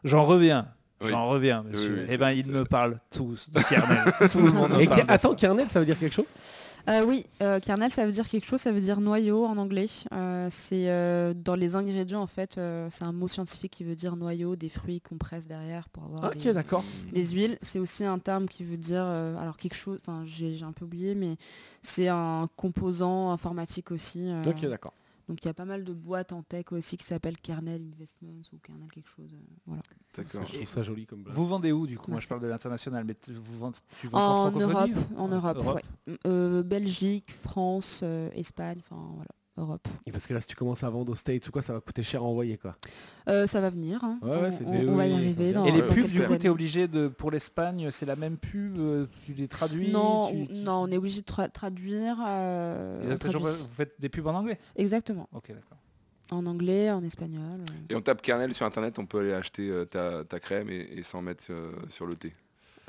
[SPEAKER 3] J'en reviens.
[SPEAKER 2] Oui.
[SPEAKER 3] J'en reviens, monsieur.
[SPEAKER 2] Oui, oui,
[SPEAKER 3] et ben ils me parlent tous de Kernel. Tout le monde me
[SPEAKER 5] Et
[SPEAKER 2] hein.
[SPEAKER 3] parle
[SPEAKER 5] Ke-
[SPEAKER 3] de
[SPEAKER 5] attends,
[SPEAKER 3] ça.
[SPEAKER 5] Kernel, ça veut dire quelque chose
[SPEAKER 4] Euh, oui, euh, kernel ça veut dire quelque chose, ça veut dire noyau en anglais. Euh, c'est euh, dans les ingrédients en fait, euh, c'est un mot scientifique qui veut dire noyau des fruits qu'on presse derrière pour avoir
[SPEAKER 5] Ok,
[SPEAKER 4] des,
[SPEAKER 5] d'accord.
[SPEAKER 2] Mm,
[SPEAKER 4] des huiles. C'est aussi un terme qui veut dire euh, alors quelque chose. Enfin, j'ai j'ai un peu oublié, mais c'est un composant informatique aussi. euh,
[SPEAKER 5] Ok, d'accord.
[SPEAKER 4] Donc il y a pas mal de boîtes en tech aussi qui s'appellent Kernel Investments ou Kernel quelque chose. euh, voilà.
[SPEAKER 2] D'accord.
[SPEAKER 5] Je trouve ça joli comme blague.
[SPEAKER 3] Vous vendez où du coup Moi je
[SPEAKER 4] Merci.
[SPEAKER 3] parle de l'international, mais tu- vous vendez, tu vends
[SPEAKER 4] En
[SPEAKER 3] en
[SPEAKER 4] Europe,
[SPEAKER 3] francophonie ou-
[SPEAKER 4] en Europe, ouais. Euh, Belgique, France, euh, Espagne, enfin voilà, Europe.
[SPEAKER 5] Et parce que là, si tu commences à vendre aux States ou quoi, ça va coûter cher à envoyer quoi.
[SPEAKER 4] Euh, ça va venir. hein.
[SPEAKER 5] Ouais, ouais,
[SPEAKER 4] On-
[SPEAKER 5] c'est
[SPEAKER 4] on,
[SPEAKER 5] des-
[SPEAKER 4] on va y
[SPEAKER 5] oui,
[SPEAKER 4] arriver.
[SPEAKER 5] oui.
[SPEAKER 4] Dans,
[SPEAKER 3] Et les
[SPEAKER 4] dans
[SPEAKER 3] pubs, du
[SPEAKER 4] quelques
[SPEAKER 3] coup, t'es
[SPEAKER 4] années.
[SPEAKER 3] obligé de, pour l'Espagne, c'est la même pub, euh, tu les traduis
[SPEAKER 4] non,
[SPEAKER 3] tu-
[SPEAKER 4] on-
[SPEAKER 3] tu-
[SPEAKER 4] non, on est obligé de tra- traduire. euh,
[SPEAKER 3] Et
[SPEAKER 4] on
[SPEAKER 3] donc, t'as toujours pas-
[SPEAKER 4] traduit.
[SPEAKER 3] Vous faites des pubs en anglais
[SPEAKER 4] Exactement.
[SPEAKER 3] Ok, d'accord.
[SPEAKER 4] En anglais, en espagnol. euh.
[SPEAKER 2] Et on tape Kernel sur internet, on peut aller acheter euh, ta, ta crème et, et s'en mettre euh, sur le thé.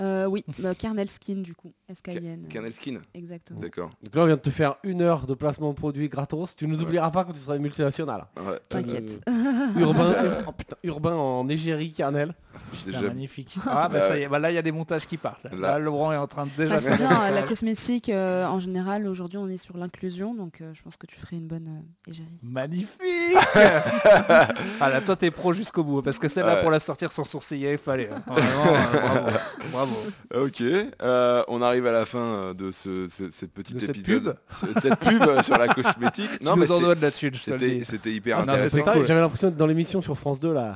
[SPEAKER 4] Euh, oui, bah, Kernel Skin du coup. S-K-I-N.
[SPEAKER 2] Kernel Skin
[SPEAKER 4] Exactement.
[SPEAKER 2] D'accord.
[SPEAKER 5] Donc là, on vient de te faire une heure de placement de produits gratos. Tu nous
[SPEAKER 2] Ouais.
[SPEAKER 5] oublieras pas quand tu seras multinational.
[SPEAKER 2] Ouais,
[SPEAKER 4] T'inquiète.
[SPEAKER 3] Euh,
[SPEAKER 5] Urbain, (laughs) oh, putain, urbain en égérie, Kernel.
[SPEAKER 2] c'est
[SPEAKER 3] C'est
[SPEAKER 2] déjà-
[SPEAKER 3] magnifique. Ah bah,
[SPEAKER 2] Bah
[SPEAKER 3] ça y est, bah, là il y a des montages qui partent. Là,
[SPEAKER 2] Là.
[SPEAKER 3] Là, Laurent est en train de déjà...
[SPEAKER 4] Ah, c'est
[SPEAKER 3] faire des (laughs)
[SPEAKER 4] bien, la
[SPEAKER 3] montages.
[SPEAKER 4] cosmétique euh, en général, aujourd'hui on est sur l'inclusion, donc euh, je pense que tu ferais une bonne euh, égérie.
[SPEAKER 3] (laughs) Magnifique Ah là, toi t'es pro jusqu'au bout, parce que celle-là
[SPEAKER 2] Ouais.
[SPEAKER 3] pour la sortir sans sourciller, il fallait. hein. Vraiment, euh, bravo. bravo.
[SPEAKER 2] Ok, euh, on arrive à la fin euh, de ce, ce- cet petit
[SPEAKER 3] De cette
[SPEAKER 2] épisode, Ce- cette pub euh, sur la cosmétique.
[SPEAKER 3] Non,
[SPEAKER 2] mais
[SPEAKER 3] nous en
[SPEAKER 2] c'était-
[SPEAKER 3] donne là-dessus, je te le
[SPEAKER 2] c'était
[SPEAKER 3] dis.
[SPEAKER 2] c'était hyper
[SPEAKER 3] Ah, non,
[SPEAKER 2] intéressant.
[SPEAKER 5] C'est ça,
[SPEAKER 3] cool.
[SPEAKER 5] j'avais l'impression d'être dans l'émission sur France 2 là.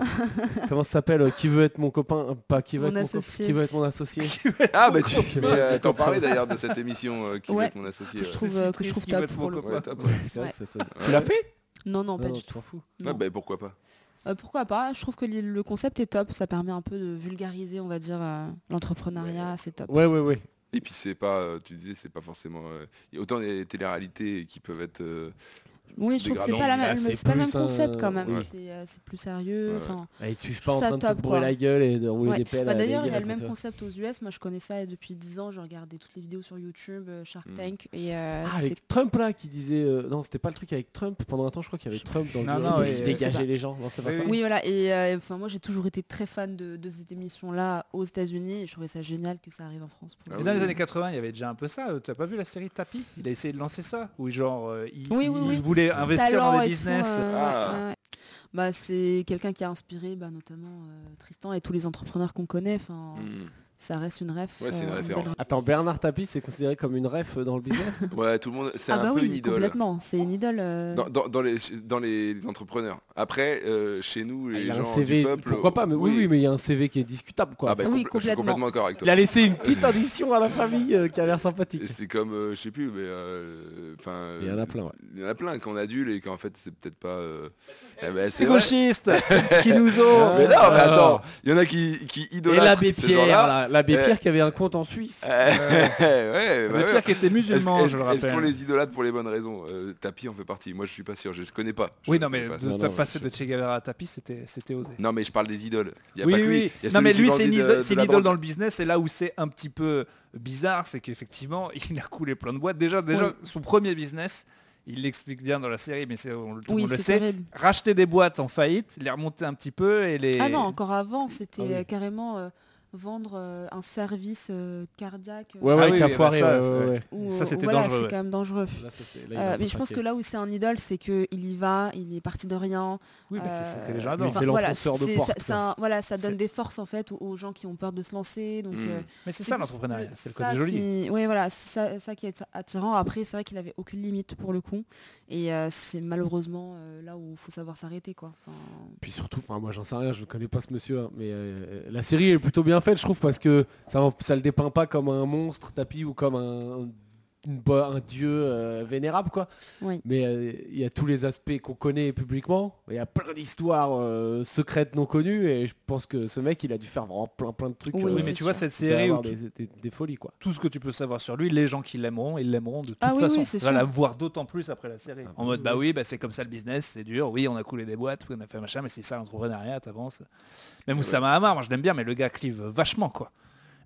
[SPEAKER 5] Comment ça s'appelle euh, Qui veut être mon copain Euh, Pas qui veut,
[SPEAKER 4] Mon
[SPEAKER 5] être mon, copain,
[SPEAKER 4] associé.
[SPEAKER 5] qui veut être mon
[SPEAKER 4] (laughs)
[SPEAKER 5] associé.
[SPEAKER 2] Ah bah tu
[SPEAKER 5] Qui
[SPEAKER 2] mais,
[SPEAKER 5] veut être
[SPEAKER 2] euh,
[SPEAKER 5] mon
[SPEAKER 2] t'en
[SPEAKER 5] copain.
[SPEAKER 2] parlais d'ailleurs de cette émission euh, qui
[SPEAKER 4] Ouais.
[SPEAKER 2] est mon associé.
[SPEAKER 4] Je
[SPEAKER 2] ouais.
[SPEAKER 4] trouve,
[SPEAKER 3] C'est
[SPEAKER 4] euh, que je
[SPEAKER 3] Citrice
[SPEAKER 4] trouve
[SPEAKER 3] qui veut
[SPEAKER 4] top
[SPEAKER 3] être
[SPEAKER 4] pour
[SPEAKER 3] mon
[SPEAKER 4] le
[SPEAKER 2] Ouais,
[SPEAKER 3] copain.
[SPEAKER 2] top, ouais.
[SPEAKER 5] Ouais, c'est vrai,
[SPEAKER 4] Ouais.
[SPEAKER 5] c'est ça.
[SPEAKER 2] Ouais.
[SPEAKER 5] Tu l'as fait
[SPEAKER 4] Non, non, pas
[SPEAKER 5] Non,
[SPEAKER 4] du
[SPEAKER 5] tu
[SPEAKER 4] tout.
[SPEAKER 5] t'en fous.
[SPEAKER 2] Ouais,
[SPEAKER 4] Non.
[SPEAKER 2] bah, pourquoi pas
[SPEAKER 4] Euh, pourquoi pas Je trouve que li- le concept est top, ça permet un peu de vulgariser, on va dire, euh, l'entrepreneuriat, c'est top.
[SPEAKER 5] Ouais, ouais, ouais.
[SPEAKER 2] Et puis c'est pas, euh, tu disais, c'est pas forcément. euh, y a autant des télé-réalités qui peuvent être. euh,
[SPEAKER 4] Oui, je trouve que c'est
[SPEAKER 2] Dégradant,
[SPEAKER 4] pas, la
[SPEAKER 5] mais là,
[SPEAKER 4] même-
[SPEAKER 5] c'est
[SPEAKER 4] c'est pas le même
[SPEAKER 5] plus un-
[SPEAKER 4] concept quand même,
[SPEAKER 2] Ouais.
[SPEAKER 4] c'est euh, c'est plus sérieux.
[SPEAKER 2] Ouais.
[SPEAKER 4] enfin.
[SPEAKER 5] Bah, ils te suivent pas en
[SPEAKER 4] ça
[SPEAKER 5] train de te
[SPEAKER 4] top,
[SPEAKER 5] brûler
[SPEAKER 4] quoi.
[SPEAKER 5] la gueule et de rouler
[SPEAKER 4] Ouais.
[SPEAKER 5] des pelles.
[SPEAKER 4] Bah,
[SPEAKER 5] à des
[SPEAKER 4] D'ailleurs, il y
[SPEAKER 5] gars,
[SPEAKER 4] a le même
[SPEAKER 5] ça.
[SPEAKER 4] concept aux US, moi je connais ça depuis 10 ans, je regardais toutes les vidéos sur YouTube, euh, Shark
[SPEAKER 2] Mm.
[SPEAKER 4] Tank, et euh,
[SPEAKER 5] Ah,
[SPEAKER 4] c'est
[SPEAKER 5] avec Trump là qui disait euh, non c'était pas le truc avec Trump pendant un temps je crois qu'il y avait Trump dans le
[SPEAKER 3] Non,
[SPEAKER 5] jeu
[SPEAKER 3] non,
[SPEAKER 5] qui
[SPEAKER 3] oui,
[SPEAKER 5] se
[SPEAKER 3] oui,
[SPEAKER 5] dégageait
[SPEAKER 4] c'est
[SPEAKER 5] les gens non c'est pas
[SPEAKER 3] Oui,
[SPEAKER 5] ça
[SPEAKER 4] Oui, voilà. Et euh, enfin, moi, j'ai toujours été très fan de, de cette émission-là aux États-Unis. Et je trouvais ça génial que ça arrive en France. pour
[SPEAKER 2] Ah
[SPEAKER 4] le
[SPEAKER 3] Mais
[SPEAKER 2] oui,
[SPEAKER 4] coup.
[SPEAKER 3] dans les
[SPEAKER 2] oui.
[SPEAKER 3] années 80, il y avait déjà un peu ça. Euh, T'as pas vu la série Tapi Il a essayé de lancer ça. Où genre, euh, il,
[SPEAKER 4] Oui, oui,
[SPEAKER 3] il
[SPEAKER 4] oui.
[SPEAKER 3] voulait investir dans
[SPEAKER 4] Talent
[SPEAKER 3] des
[SPEAKER 4] et tout,
[SPEAKER 3] business.
[SPEAKER 4] euh,
[SPEAKER 2] Ah.
[SPEAKER 4] ouais, ouais. Bah, c'est quelqu'un qui a inspiré, bah, notamment euh, Tristan et tous les entrepreneurs qu'on connaît. Enfin,
[SPEAKER 2] hmm.
[SPEAKER 4] ça reste une ref.
[SPEAKER 2] Ouais, c'est une
[SPEAKER 4] euh,
[SPEAKER 2] référence.
[SPEAKER 4] d'Elroy.
[SPEAKER 5] attends Bernard Tapie c'est considéré comme une ref euh, dans le business
[SPEAKER 2] Ouais, tout le monde, c'est
[SPEAKER 4] Ah
[SPEAKER 2] un
[SPEAKER 4] bah
[SPEAKER 2] peu
[SPEAKER 4] oui,
[SPEAKER 2] une idole.
[SPEAKER 4] complètement. C'est une idole. euh,
[SPEAKER 2] Dans, dans- dans les, dans les entrepreneurs. Après, euh, chez nous, (laughs) les
[SPEAKER 5] Ah, il a
[SPEAKER 2] gens
[SPEAKER 5] un CV
[SPEAKER 2] du peuple.
[SPEAKER 5] pourquoi pas mais oui oui mais il y a un CV qui est discutable quoi
[SPEAKER 2] Ah bah, compl- je
[SPEAKER 4] Oui,
[SPEAKER 2] suis
[SPEAKER 4] complètement.
[SPEAKER 2] complètement d'accord avec toi.
[SPEAKER 5] il a laissé une petite addition à la famille euh, qui a l'air sympathique
[SPEAKER 2] Et C'est comme, euh, je sais plus, mais euh, enfin.
[SPEAKER 5] Il y en a plein, ouais.
[SPEAKER 2] Il y en a plein qu'on adulte et qu'en fait c'est peut-être pas. euh, eh ben,
[SPEAKER 3] C'est
[SPEAKER 2] c'est vrai.
[SPEAKER 3] gauchiste qui nous ont.
[SPEAKER 2] Mais non, mais
[SPEAKER 5] Alors.
[SPEAKER 2] attends, il y en a qui, qui
[SPEAKER 5] et
[SPEAKER 2] idolâtrent.
[SPEAKER 5] l'abbé
[SPEAKER 2] ces
[SPEAKER 5] Pierre
[SPEAKER 2] gens-là.
[SPEAKER 5] là, l'abbé
[SPEAKER 2] Euh,
[SPEAKER 5] Pierre qui avait un compte en Suisse
[SPEAKER 2] Euh, (laughs) ouais, bah
[SPEAKER 3] Le
[SPEAKER 2] ouais.
[SPEAKER 3] pire qui était
[SPEAKER 2] Est-ce
[SPEAKER 3] musulman,
[SPEAKER 2] est-ce-
[SPEAKER 3] je le
[SPEAKER 2] est-ce qu'on
[SPEAKER 3] rappelle.
[SPEAKER 2] les idolâtre pour les bonnes raisons Euh, Tapi en fait partie. Moi, je suis pas sûr. Je ne connais pas. Je
[SPEAKER 3] Oui, non,
[SPEAKER 2] connais
[SPEAKER 3] mais
[SPEAKER 2] pas
[SPEAKER 3] de
[SPEAKER 2] ça.
[SPEAKER 5] Non,
[SPEAKER 3] de
[SPEAKER 5] non,
[SPEAKER 3] passer de Che Guevara à Tapi, c'était c'était osé.
[SPEAKER 2] non, mais je parle des idoles. Il Y a
[SPEAKER 3] oui,
[SPEAKER 2] pas que lui.
[SPEAKER 3] oui.
[SPEAKER 2] Il y a
[SPEAKER 3] Non,
[SPEAKER 2] celui
[SPEAKER 3] mais
[SPEAKER 2] qui
[SPEAKER 3] lui,
[SPEAKER 2] vendit
[SPEAKER 3] c'est une
[SPEAKER 2] de-
[SPEAKER 3] idole-
[SPEAKER 2] de
[SPEAKER 3] c'est
[SPEAKER 2] la
[SPEAKER 3] l'idole
[SPEAKER 2] drogue.
[SPEAKER 3] dans le business. Et là où c'est un petit (laughs) peu bizarre, c'est qu'effectivement, il a coulé plein de boîtes. Déjà, déjà son premier business, il l'explique bien dans la série, mais c'est- on, tout le
[SPEAKER 4] Oui,
[SPEAKER 3] monde le
[SPEAKER 4] c'est
[SPEAKER 3] sait.
[SPEAKER 4] terrible.
[SPEAKER 3] Racheter des boîtes en faillite, les remonter un petit peu et les...
[SPEAKER 4] Ah non, encore avant, c'était
[SPEAKER 5] Ah oui.
[SPEAKER 4] euh, carrément euh, vendre euh, un service euh, cardiaque. euh,
[SPEAKER 5] Ouais,
[SPEAKER 3] Ah
[SPEAKER 5] ouais,
[SPEAKER 3] oui,
[SPEAKER 5] qui a
[SPEAKER 3] oui, bah
[SPEAKER 5] foiré.
[SPEAKER 3] ça,
[SPEAKER 5] ouais,
[SPEAKER 3] c'est-
[SPEAKER 5] ouais, ouais.
[SPEAKER 4] ou,
[SPEAKER 3] ça,
[SPEAKER 4] euh,
[SPEAKER 3] c'était
[SPEAKER 4] voilà,
[SPEAKER 3] dangereux,
[SPEAKER 4] C'est
[SPEAKER 3] ouais.
[SPEAKER 4] quand même dangereux.
[SPEAKER 5] Là, ça, c'est- là, il
[SPEAKER 4] Euh,
[SPEAKER 5] a
[SPEAKER 4] mais je pense
[SPEAKER 5] craqué.
[SPEAKER 4] que là où c'est un idole, c'est qu'il y va, il est parti de rien.
[SPEAKER 3] Oui, bah, c'est c'est ce que les gens
[SPEAKER 4] euh,
[SPEAKER 3] adorent.
[SPEAKER 5] c'est
[SPEAKER 4] voilà,
[SPEAKER 5] l'enfonceur de
[SPEAKER 4] c'est-
[SPEAKER 5] porte,
[SPEAKER 4] ça-
[SPEAKER 5] quoi.
[SPEAKER 4] ça- voilà, ça donne
[SPEAKER 3] C'est-
[SPEAKER 4] des forces en fait aux, aux gens qui ont peur de se lancer. Donc,
[SPEAKER 2] Mm.
[SPEAKER 4] euh,
[SPEAKER 3] Mais c'est ça
[SPEAKER 4] plus
[SPEAKER 3] l'entrepreneuriat,
[SPEAKER 4] le-
[SPEAKER 3] c'est le
[SPEAKER 4] ça
[SPEAKER 3] côté joli.
[SPEAKER 4] qui- ouais, voilà, c'est ça, ça qui est attirant. Après, c'est vrai qu'il avait aucune limite pour le coup. Et euh, c'est malheureusement euh, là où il faut savoir s'arrêter. quoi. Enfin,
[SPEAKER 5] Puis surtout, enfin moi j'en sais rien, je ne connais pas ce monsieur, hein, mais euh, la série est plutôt bien faite, je trouve, parce que ça ne le dépeint pas comme un monstre tapis ou comme un, une bo- un dieu euh, vénérable, quoi.
[SPEAKER 4] Oui.
[SPEAKER 5] Mais euh, il y a tous les aspects qu'on connaît publiquement, il y a plein d'histoires euh, secrètes non connues, et je pense que ce mec, il a dû faire vraiment plein plein de trucs.
[SPEAKER 4] Oui,
[SPEAKER 5] euh,
[SPEAKER 3] Oui,
[SPEAKER 4] c'est
[SPEAKER 3] mais tu vois,
[SPEAKER 4] sûr.
[SPEAKER 3] cette
[SPEAKER 5] il doit
[SPEAKER 3] série
[SPEAKER 5] avoir
[SPEAKER 3] où tu-
[SPEAKER 5] des, des- des folies, quoi.
[SPEAKER 3] tout ce que tu peux savoir sur lui, les gens qui l'aimeront, ils l'aimeront de toute
[SPEAKER 4] Ah oui,
[SPEAKER 3] façon.
[SPEAKER 4] oui, c'est
[SPEAKER 3] Tu vas
[SPEAKER 4] sûr.
[SPEAKER 3] la voir d'autant plus après la série.
[SPEAKER 5] Ah
[SPEAKER 3] en
[SPEAKER 5] bah
[SPEAKER 3] mode,
[SPEAKER 5] oui,
[SPEAKER 3] bah
[SPEAKER 5] oui.
[SPEAKER 3] oui, bah c'est comme ça le business, c'est dur, oui, on a coulé des boîtes, oui, on a fait machin, mais c'est ça l'entrepreneuriat, t'avances. Même
[SPEAKER 5] Ah
[SPEAKER 3] Oussama Hamar, moi je l'aime bien, mais le gars clive vachement, quoi.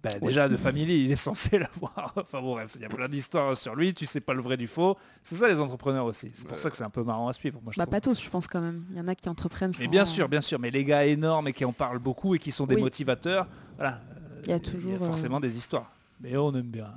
[SPEAKER 3] Bah, déjà de Family, il est censé (laughs) l'avoir. enfin bon, bref, il y a plein d'histoires sur lui, tu sais pas le vrai du faux. C'est ça les entrepreneurs aussi. C'est pour
[SPEAKER 2] Ouais.
[SPEAKER 3] ça que c'est un peu marrant à suivre, moi je
[SPEAKER 4] bah,
[SPEAKER 3] trouve.
[SPEAKER 4] pas tous, je pense quand même. Il y en a qui entreprennent.
[SPEAKER 3] Mais
[SPEAKER 4] sans-
[SPEAKER 3] bien sûr, bien sûr, mais les gars énormes et qui en parlent beaucoup et qui sont des
[SPEAKER 4] Oui.
[SPEAKER 3] motivateurs, voilà.
[SPEAKER 4] Il y a
[SPEAKER 3] euh,
[SPEAKER 4] toujours, euh,
[SPEAKER 3] forcément des histoires. Mais on aime bien.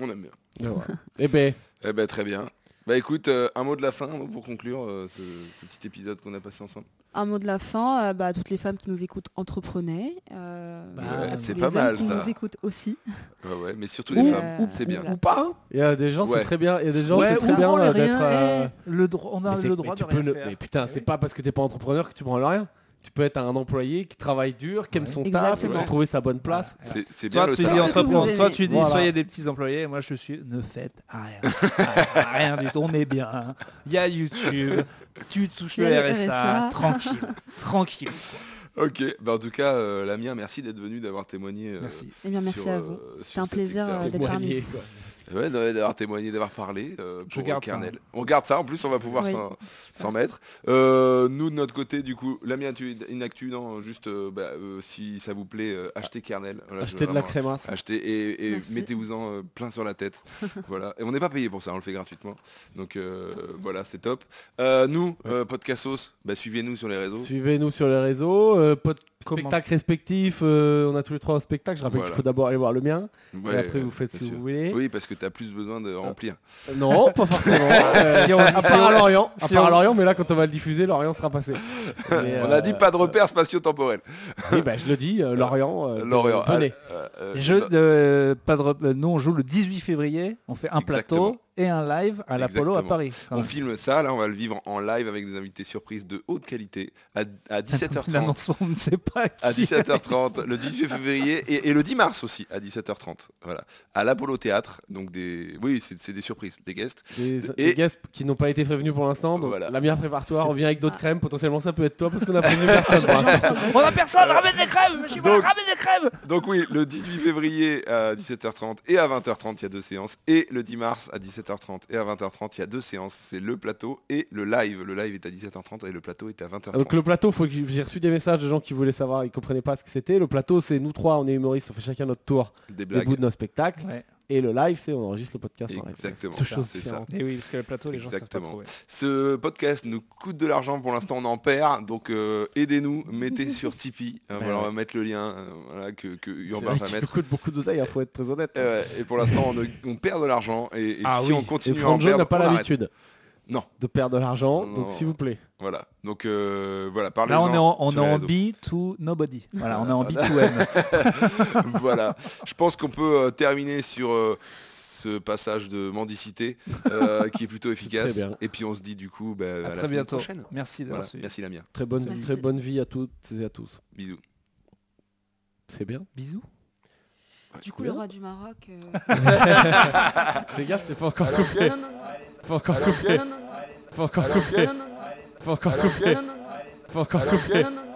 [SPEAKER 2] On aime bien.
[SPEAKER 5] et ben,
[SPEAKER 2] Eh ben très bien. Bah écoute, euh, un mot de la fin un mot pour conclure euh, ce, ce petit épisode qu'on a passé ensemble.
[SPEAKER 4] Un mot de la fin, euh, bah, à toutes les femmes qui nous écoutent, entreprenez. euh,
[SPEAKER 3] Bah,
[SPEAKER 4] à
[SPEAKER 3] ouais,
[SPEAKER 4] tous
[SPEAKER 2] c'est
[SPEAKER 4] les
[SPEAKER 2] pas
[SPEAKER 4] hommes
[SPEAKER 2] mal,
[SPEAKER 4] qui
[SPEAKER 2] ça.
[SPEAKER 4] nous écoutent aussi.
[SPEAKER 2] Ouais ouais, mais surtout
[SPEAKER 4] Ouh.
[SPEAKER 2] les femmes,
[SPEAKER 4] Ouh.
[SPEAKER 2] c'est bien.
[SPEAKER 4] Voilà.
[SPEAKER 5] ou pas, hein. il y a des gens,
[SPEAKER 2] Ouais.
[SPEAKER 5] c'est très bien, il y a des gens,
[SPEAKER 3] Ouais,
[SPEAKER 5] c'est très
[SPEAKER 3] ou
[SPEAKER 5] bien
[SPEAKER 3] branle
[SPEAKER 5] euh,
[SPEAKER 3] rien,
[SPEAKER 5] d'être... euh,
[SPEAKER 3] Le dro- eh, on a
[SPEAKER 5] Mais c'est-
[SPEAKER 3] le droit
[SPEAKER 5] mais
[SPEAKER 3] de
[SPEAKER 5] tu peux
[SPEAKER 3] rien
[SPEAKER 5] ne-
[SPEAKER 3] faire.
[SPEAKER 5] mais putain,
[SPEAKER 3] Eh
[SPEAKER 5] c'est
[SPEAKER 3] oui.
[SPEAKER 5] pas parce que t'es pas entrepreneur que tu branles rien. Tu peux être un employé qui travaille dur, qui aime son taf, qui
[SPEAKER 4] Exactement.
[SPEAKER 5] peut trouver sa bonne place.
[SPEAKER 2] C'est c'est bien
[SPEAKER 3] Toi
[SPEAKER 2] le
[SPEAKER 3] tu,
[SPEAKER 2] ça.
[SPEAKER 3] dis
[SPEAKER 4] salarié. Ceux que
[SPEAKER 3] entreprendre,
[SPEAKER 4] vous
[SPEAKER 3] toi
[SPEAKER 4] aimez.
[SPEAKER 3] tu dis
[SPEAKER 5] Voilà.
[SPEAKER 3] soyez des petits employés, moi je suis ne faites rien. Ah, rien du tout, on est bien. Il y a YouTube, tu touches
[SPEAKER 4] Il y
[SPEAKER 3] le
[SPEAKER 4] a le
[SPEAKER 3] RSA,
[SPEAKER 4] RSA.
[SPEAKER 3] tranquille, tranquille.
[SPEAKER 2] Ok, bah en tout cas, euh, Lamia, merci d'être venu, d'avoir témoigné. euh,
[SPEAKER 3] Merci.
[SPEAKER 4] Eh bien, merci
[SPEAKER 2] sur,
[SPEAKER 4] à
[SPEAKER 2] euh,
[SPEAKER 4] vous.
[SPEAKER 2] sur
[SPEAKER 4] C'était un
[SPEAKER 2] cette
[SPEAKER 4] plaisir euh,
[SPEAKER 2] expérience.
[SPEAKER 4] d'être parmi
[SPEAKER 5] Témoigner,
[SPEAKER 4] vous.
[SPEAKER 5] quoi.
[SPEAKER 2] Ouais, d'a- d'avoir témoigné, d'avoir parlé euh,
[SPEAKER 3] Je
[SPEAKER 2] pour
[SPEAKER 3] garde
[SPEAKER 2] Kernel.
[SPEAKER 5] hein.
[SPEAKER 2] On garde ça, en plus on va pouvoir
[SPEAKER 4] Oui.
[SPEAKER 2] s'en- s'en mettre. Euh, nous de notre côté, du coup, Lamia, tu une actu, non, juste euh, bah, euh, si ça vous plaît, euh, achetez Kernel. Voilà,
[SPEAKER 5] Acheter de la
[SPEAKER 2] vraiment,
[SPEAKER 5] crémasse.
[SPEAKER 2] Achetez et, et
[SPEAKER 4] Merci.
[SPEAKER 2] mettez-vous-en euh, plein sur la
[SPEAKER 4] (laughs)
[SPEAKER 2] tête. voilà. Et on n'est pas payé pour ça, on le fait gratuitement. Donc euh, voilà, c'est top. Euh, nous, euh, Podcastos, bah, suivez-nous sur les réseaux.
[SPEAKER 5] Suivez-nous sur les réseaux, euh, pod-
[SPEAKER 3] Comment-
[SPEAKER 5] spectacle respectif, euh, on a tous les trois un spectacle, je rappelle
[SPEAKER 2] Voilà.
[SPEAKER 5] qu'il faut d'abord aller voir le mien,
[SPEAKER 2] Ouais,
[SPEAKER 5] et après vous faites ce
[SPEAKER 2] bien
[SPEAKER 5] que
[SPEAKER 2] sûr.
[SPEAKER 5] vous voulez.
[SPEAKER 2] Oui, parce que tu as plus besoin de remplir.
[SPEAKER 5] Euh, Non, pas
[SPEAKER 3] (laughs)
[SPEAKER 5] forcément. Euh,
[SPEAKER 3] Si on-
[SPEAKER 5] à
[SPEAKER 3] si
[SPEAKER 5] part
[SPEAKER 3] on-
[SPEAKER 5] à Lorient, à
[SPEAKER 3] si
[SPEAKER 5] part à
[SPEAKER 3] on-
[SPEAKER 5] Lorient, mais là quand on va le diffuser, Lorient
[SPEAKER 3] (laughs)
[SPEAKER 5] sera passé. Mais,
[SPEAKER 2] on
[SPEAKER 5] euh,
[SPEAKER 2] a dit pas de repères spatio-temporels.
[SPEAKER 5] Oui, bah, je le dis, euh, Lorient, euh,
[SPEAKER 2] Lorient.
[SPEAKER 5] venez.
[SPEAKER 2] Euh, euh,
[SPEAKER 3] Je, euh, pas de rep- euh, nous on joue le 18 février, on fait un plateau et un live à l'Apollo à
[SPEAKER 2] Exactement.
[SPEAKER 3] Paris. quand
[SPEAKER 2] On
[SPEAKER 3] même.
[SPEAKER 2] filme ça, là on va le vivre en live avec des invités surprises de haute qualité
[SPEAKER 5] (laughs)
[SPEAKER 2] à, à 17h30.
[SPEAKER 3] (laughs) L'annonce, on ne sait pas qui.
[SPEAKER 2] À 17h30, le 18 février et, et le 10 mars aussi, à 17h30. Voilà. À l'Apollo Théâtre. Donc des. Oui, c'est c'est des surprises, des guests.
[SPEAKER 5] Des, des
[SPEAKER 2] Et-
[SPEAKER 5] guests qui n'ont pas été prévenus pour l'instant. Donc
[SPEAKER 2] Voilà.
[SPEAKER 5] la bière préparatoire,
[SPEAKER 3] C'est-
[SPEAKER 5] on vient avec d'autres crèmes, potentiellement ça peut être toi parce qu'on a
[SPEAKER 2] (laughs)
[SPEAKER 5] prévenu personne. pour l'instant.
[SPEAKER 4] (laughs)
[SPEAKER 3] On a personne, ramène des crèves, monsieur, voilà,
[SPEAKER 2] Donc-
[SPEAKER 3] ramène des crèves
[SPEAKER 2] Donc oui, le 18 février à 17h30 et à 20h30, il y a deux séances. Et le 10 mars à 17h30 et à 20h30, il y a deux séances. C'est le plateau et le live. Le live est à 17h30 et le plateau est à 20h30.
[SPEAKER 5] Ah, Donc le plateau, faut que j'ai reçu des messages de gens qui voulaient savoir, ils comprenaient pas ce que c'était. Le plateau, c'est nous trois, on est humoristes, on fait chacun notre tour
[SPEAKER 2] des
[SPEAKER 5] des bouts
[SPEAKER 2] blagues.
[SPEAKER 5] de nos spectacles.
[SPEAKER 3] Ouais.
[SPEAKER 5] Et le live, c'est on enregistre le podcast en live.
[SPEAKER 2] Exactement,
[SPEAKER 5] C'est Deux choses
[SPEAKER 2] c'est ça.
[SPEAKER 5] différentes.
[SPEAKER 3] Et oui, parce que le plateau, les gens savent pas
[SPEAKER 2] Exactement.
[SPEAKER 3] trop. ouais.
[SPEAKER 2] Ce podcast nous coûte de l'argent pour l'instant, on en perd, donc euh, aidez-nous, mettez
[SPEAKER 3] (laughs)
[SPEAKER 2] sur Tipeee, hein,
[SPEAKER 3] Bah
[SPEAKER 5] Ben
[SPEAKER 2] voilà, on
[SPEAKER 5] ouais.
[SPEAKER 2] va mettre le lien euh, voilà, que, que
[SPEAKER 5] C'est
[SPEAKER 2] Urbain
[SPEAKER 5] vrai
[SPEAKER 2] va
[SPEAKER 5] qu'il te
[SPEAKER 2] mettre.
[SPEAKER 5] coûte beaucoup d'oseille, il faut être très honnête.
[SPEAKER 2] Euh, ouais, et pour l'instant, on, ne- on perd de l'argent et, et
[SPEAKER 3] Ah
[SPEAKER 2] si
[SPEAKER 3] oui,
[SPEAKER 2] on
[SPEAKER 5] Et
[SPEAKER 2] continue à en
[SPEAKER 5] Franjo
[SPEAKER 2] perdre,
[SPEAKER 5] n'a pas
[SPEAKER 2] on arrête.
[SPEAKER 5] l'habitude
[SPEAKER 2] Non,
[SPEAKER 5] de perdre de l'argent,
[SPEAKER 2] Non.
[SPEAKER 5] donc s'il vous plaît.
[SPEAKER 2] voilà. Donc euh, voilà, parlez
[SPEAKER 3] Là, on est en, on est en B to nobody. Voilà, on est en B to M.
[SPEAKER 2] (laughs) voilà, je pense qu'on peut euh, terminer sur euh, ce passage de mendicité euh, qui est
[SPEAKER 3] (laughs)
[SPEAKER 2] plutôt efficace.
[SPEAKER 5] bien.
[SPEAKER 2] Et puis on se dit du coup, bah, à, la
[SPEAKER 3] À très
[SPEAKER 2] semaine
[SPEAKER 3] bientôt.
[SPEAKER 2] prochaine.
[SPEAKER 3] Merci d'avoir
[SPEAKER 2] Voilà.
[SPEAKER 3] suivi.
[SPEAKER 2] Merci Lamia,
[SPEAKER 5] Très bonne,
[SPEAKER 4] Merci.
[SPEAKER 5] très bonne vie à toutes et à tous.
[SPEAKER 2] bisous.
[SPEAKER 5] C'est bien.
[SPEAKER 3] Bisous.
[SPEAKER 4] Du coup, le roi du Maroc. (laughs) euh,
[SPEAKER 5] Les gars, c'est pas encore
[SPEAKER 4] Non,
[SPEAKER 5] coupé.
[SPEAKER 4] non, non,
[SPEAKER 5] Pas encore
[SPEAKER 2] Alors,
[SPEAKER 5] coupé.
[SPEAKER 4] non, non, non,
[SPEAKER 5] Pas encore
[SPEAKER 2] Alors,
[SPEAKER 5] coupé.
[SPEAKER 4] non, non, non,
[SPEAKER 5] Pas encore
[SPEAKER 4] non, non, non, non,
[SPEAKER 5] coupé. Pas encore coupé.
[SPEAKER 4] non, non,
[SPEAKER 5] Pas encore coupé.
[SPEAKER 4] non, non, non.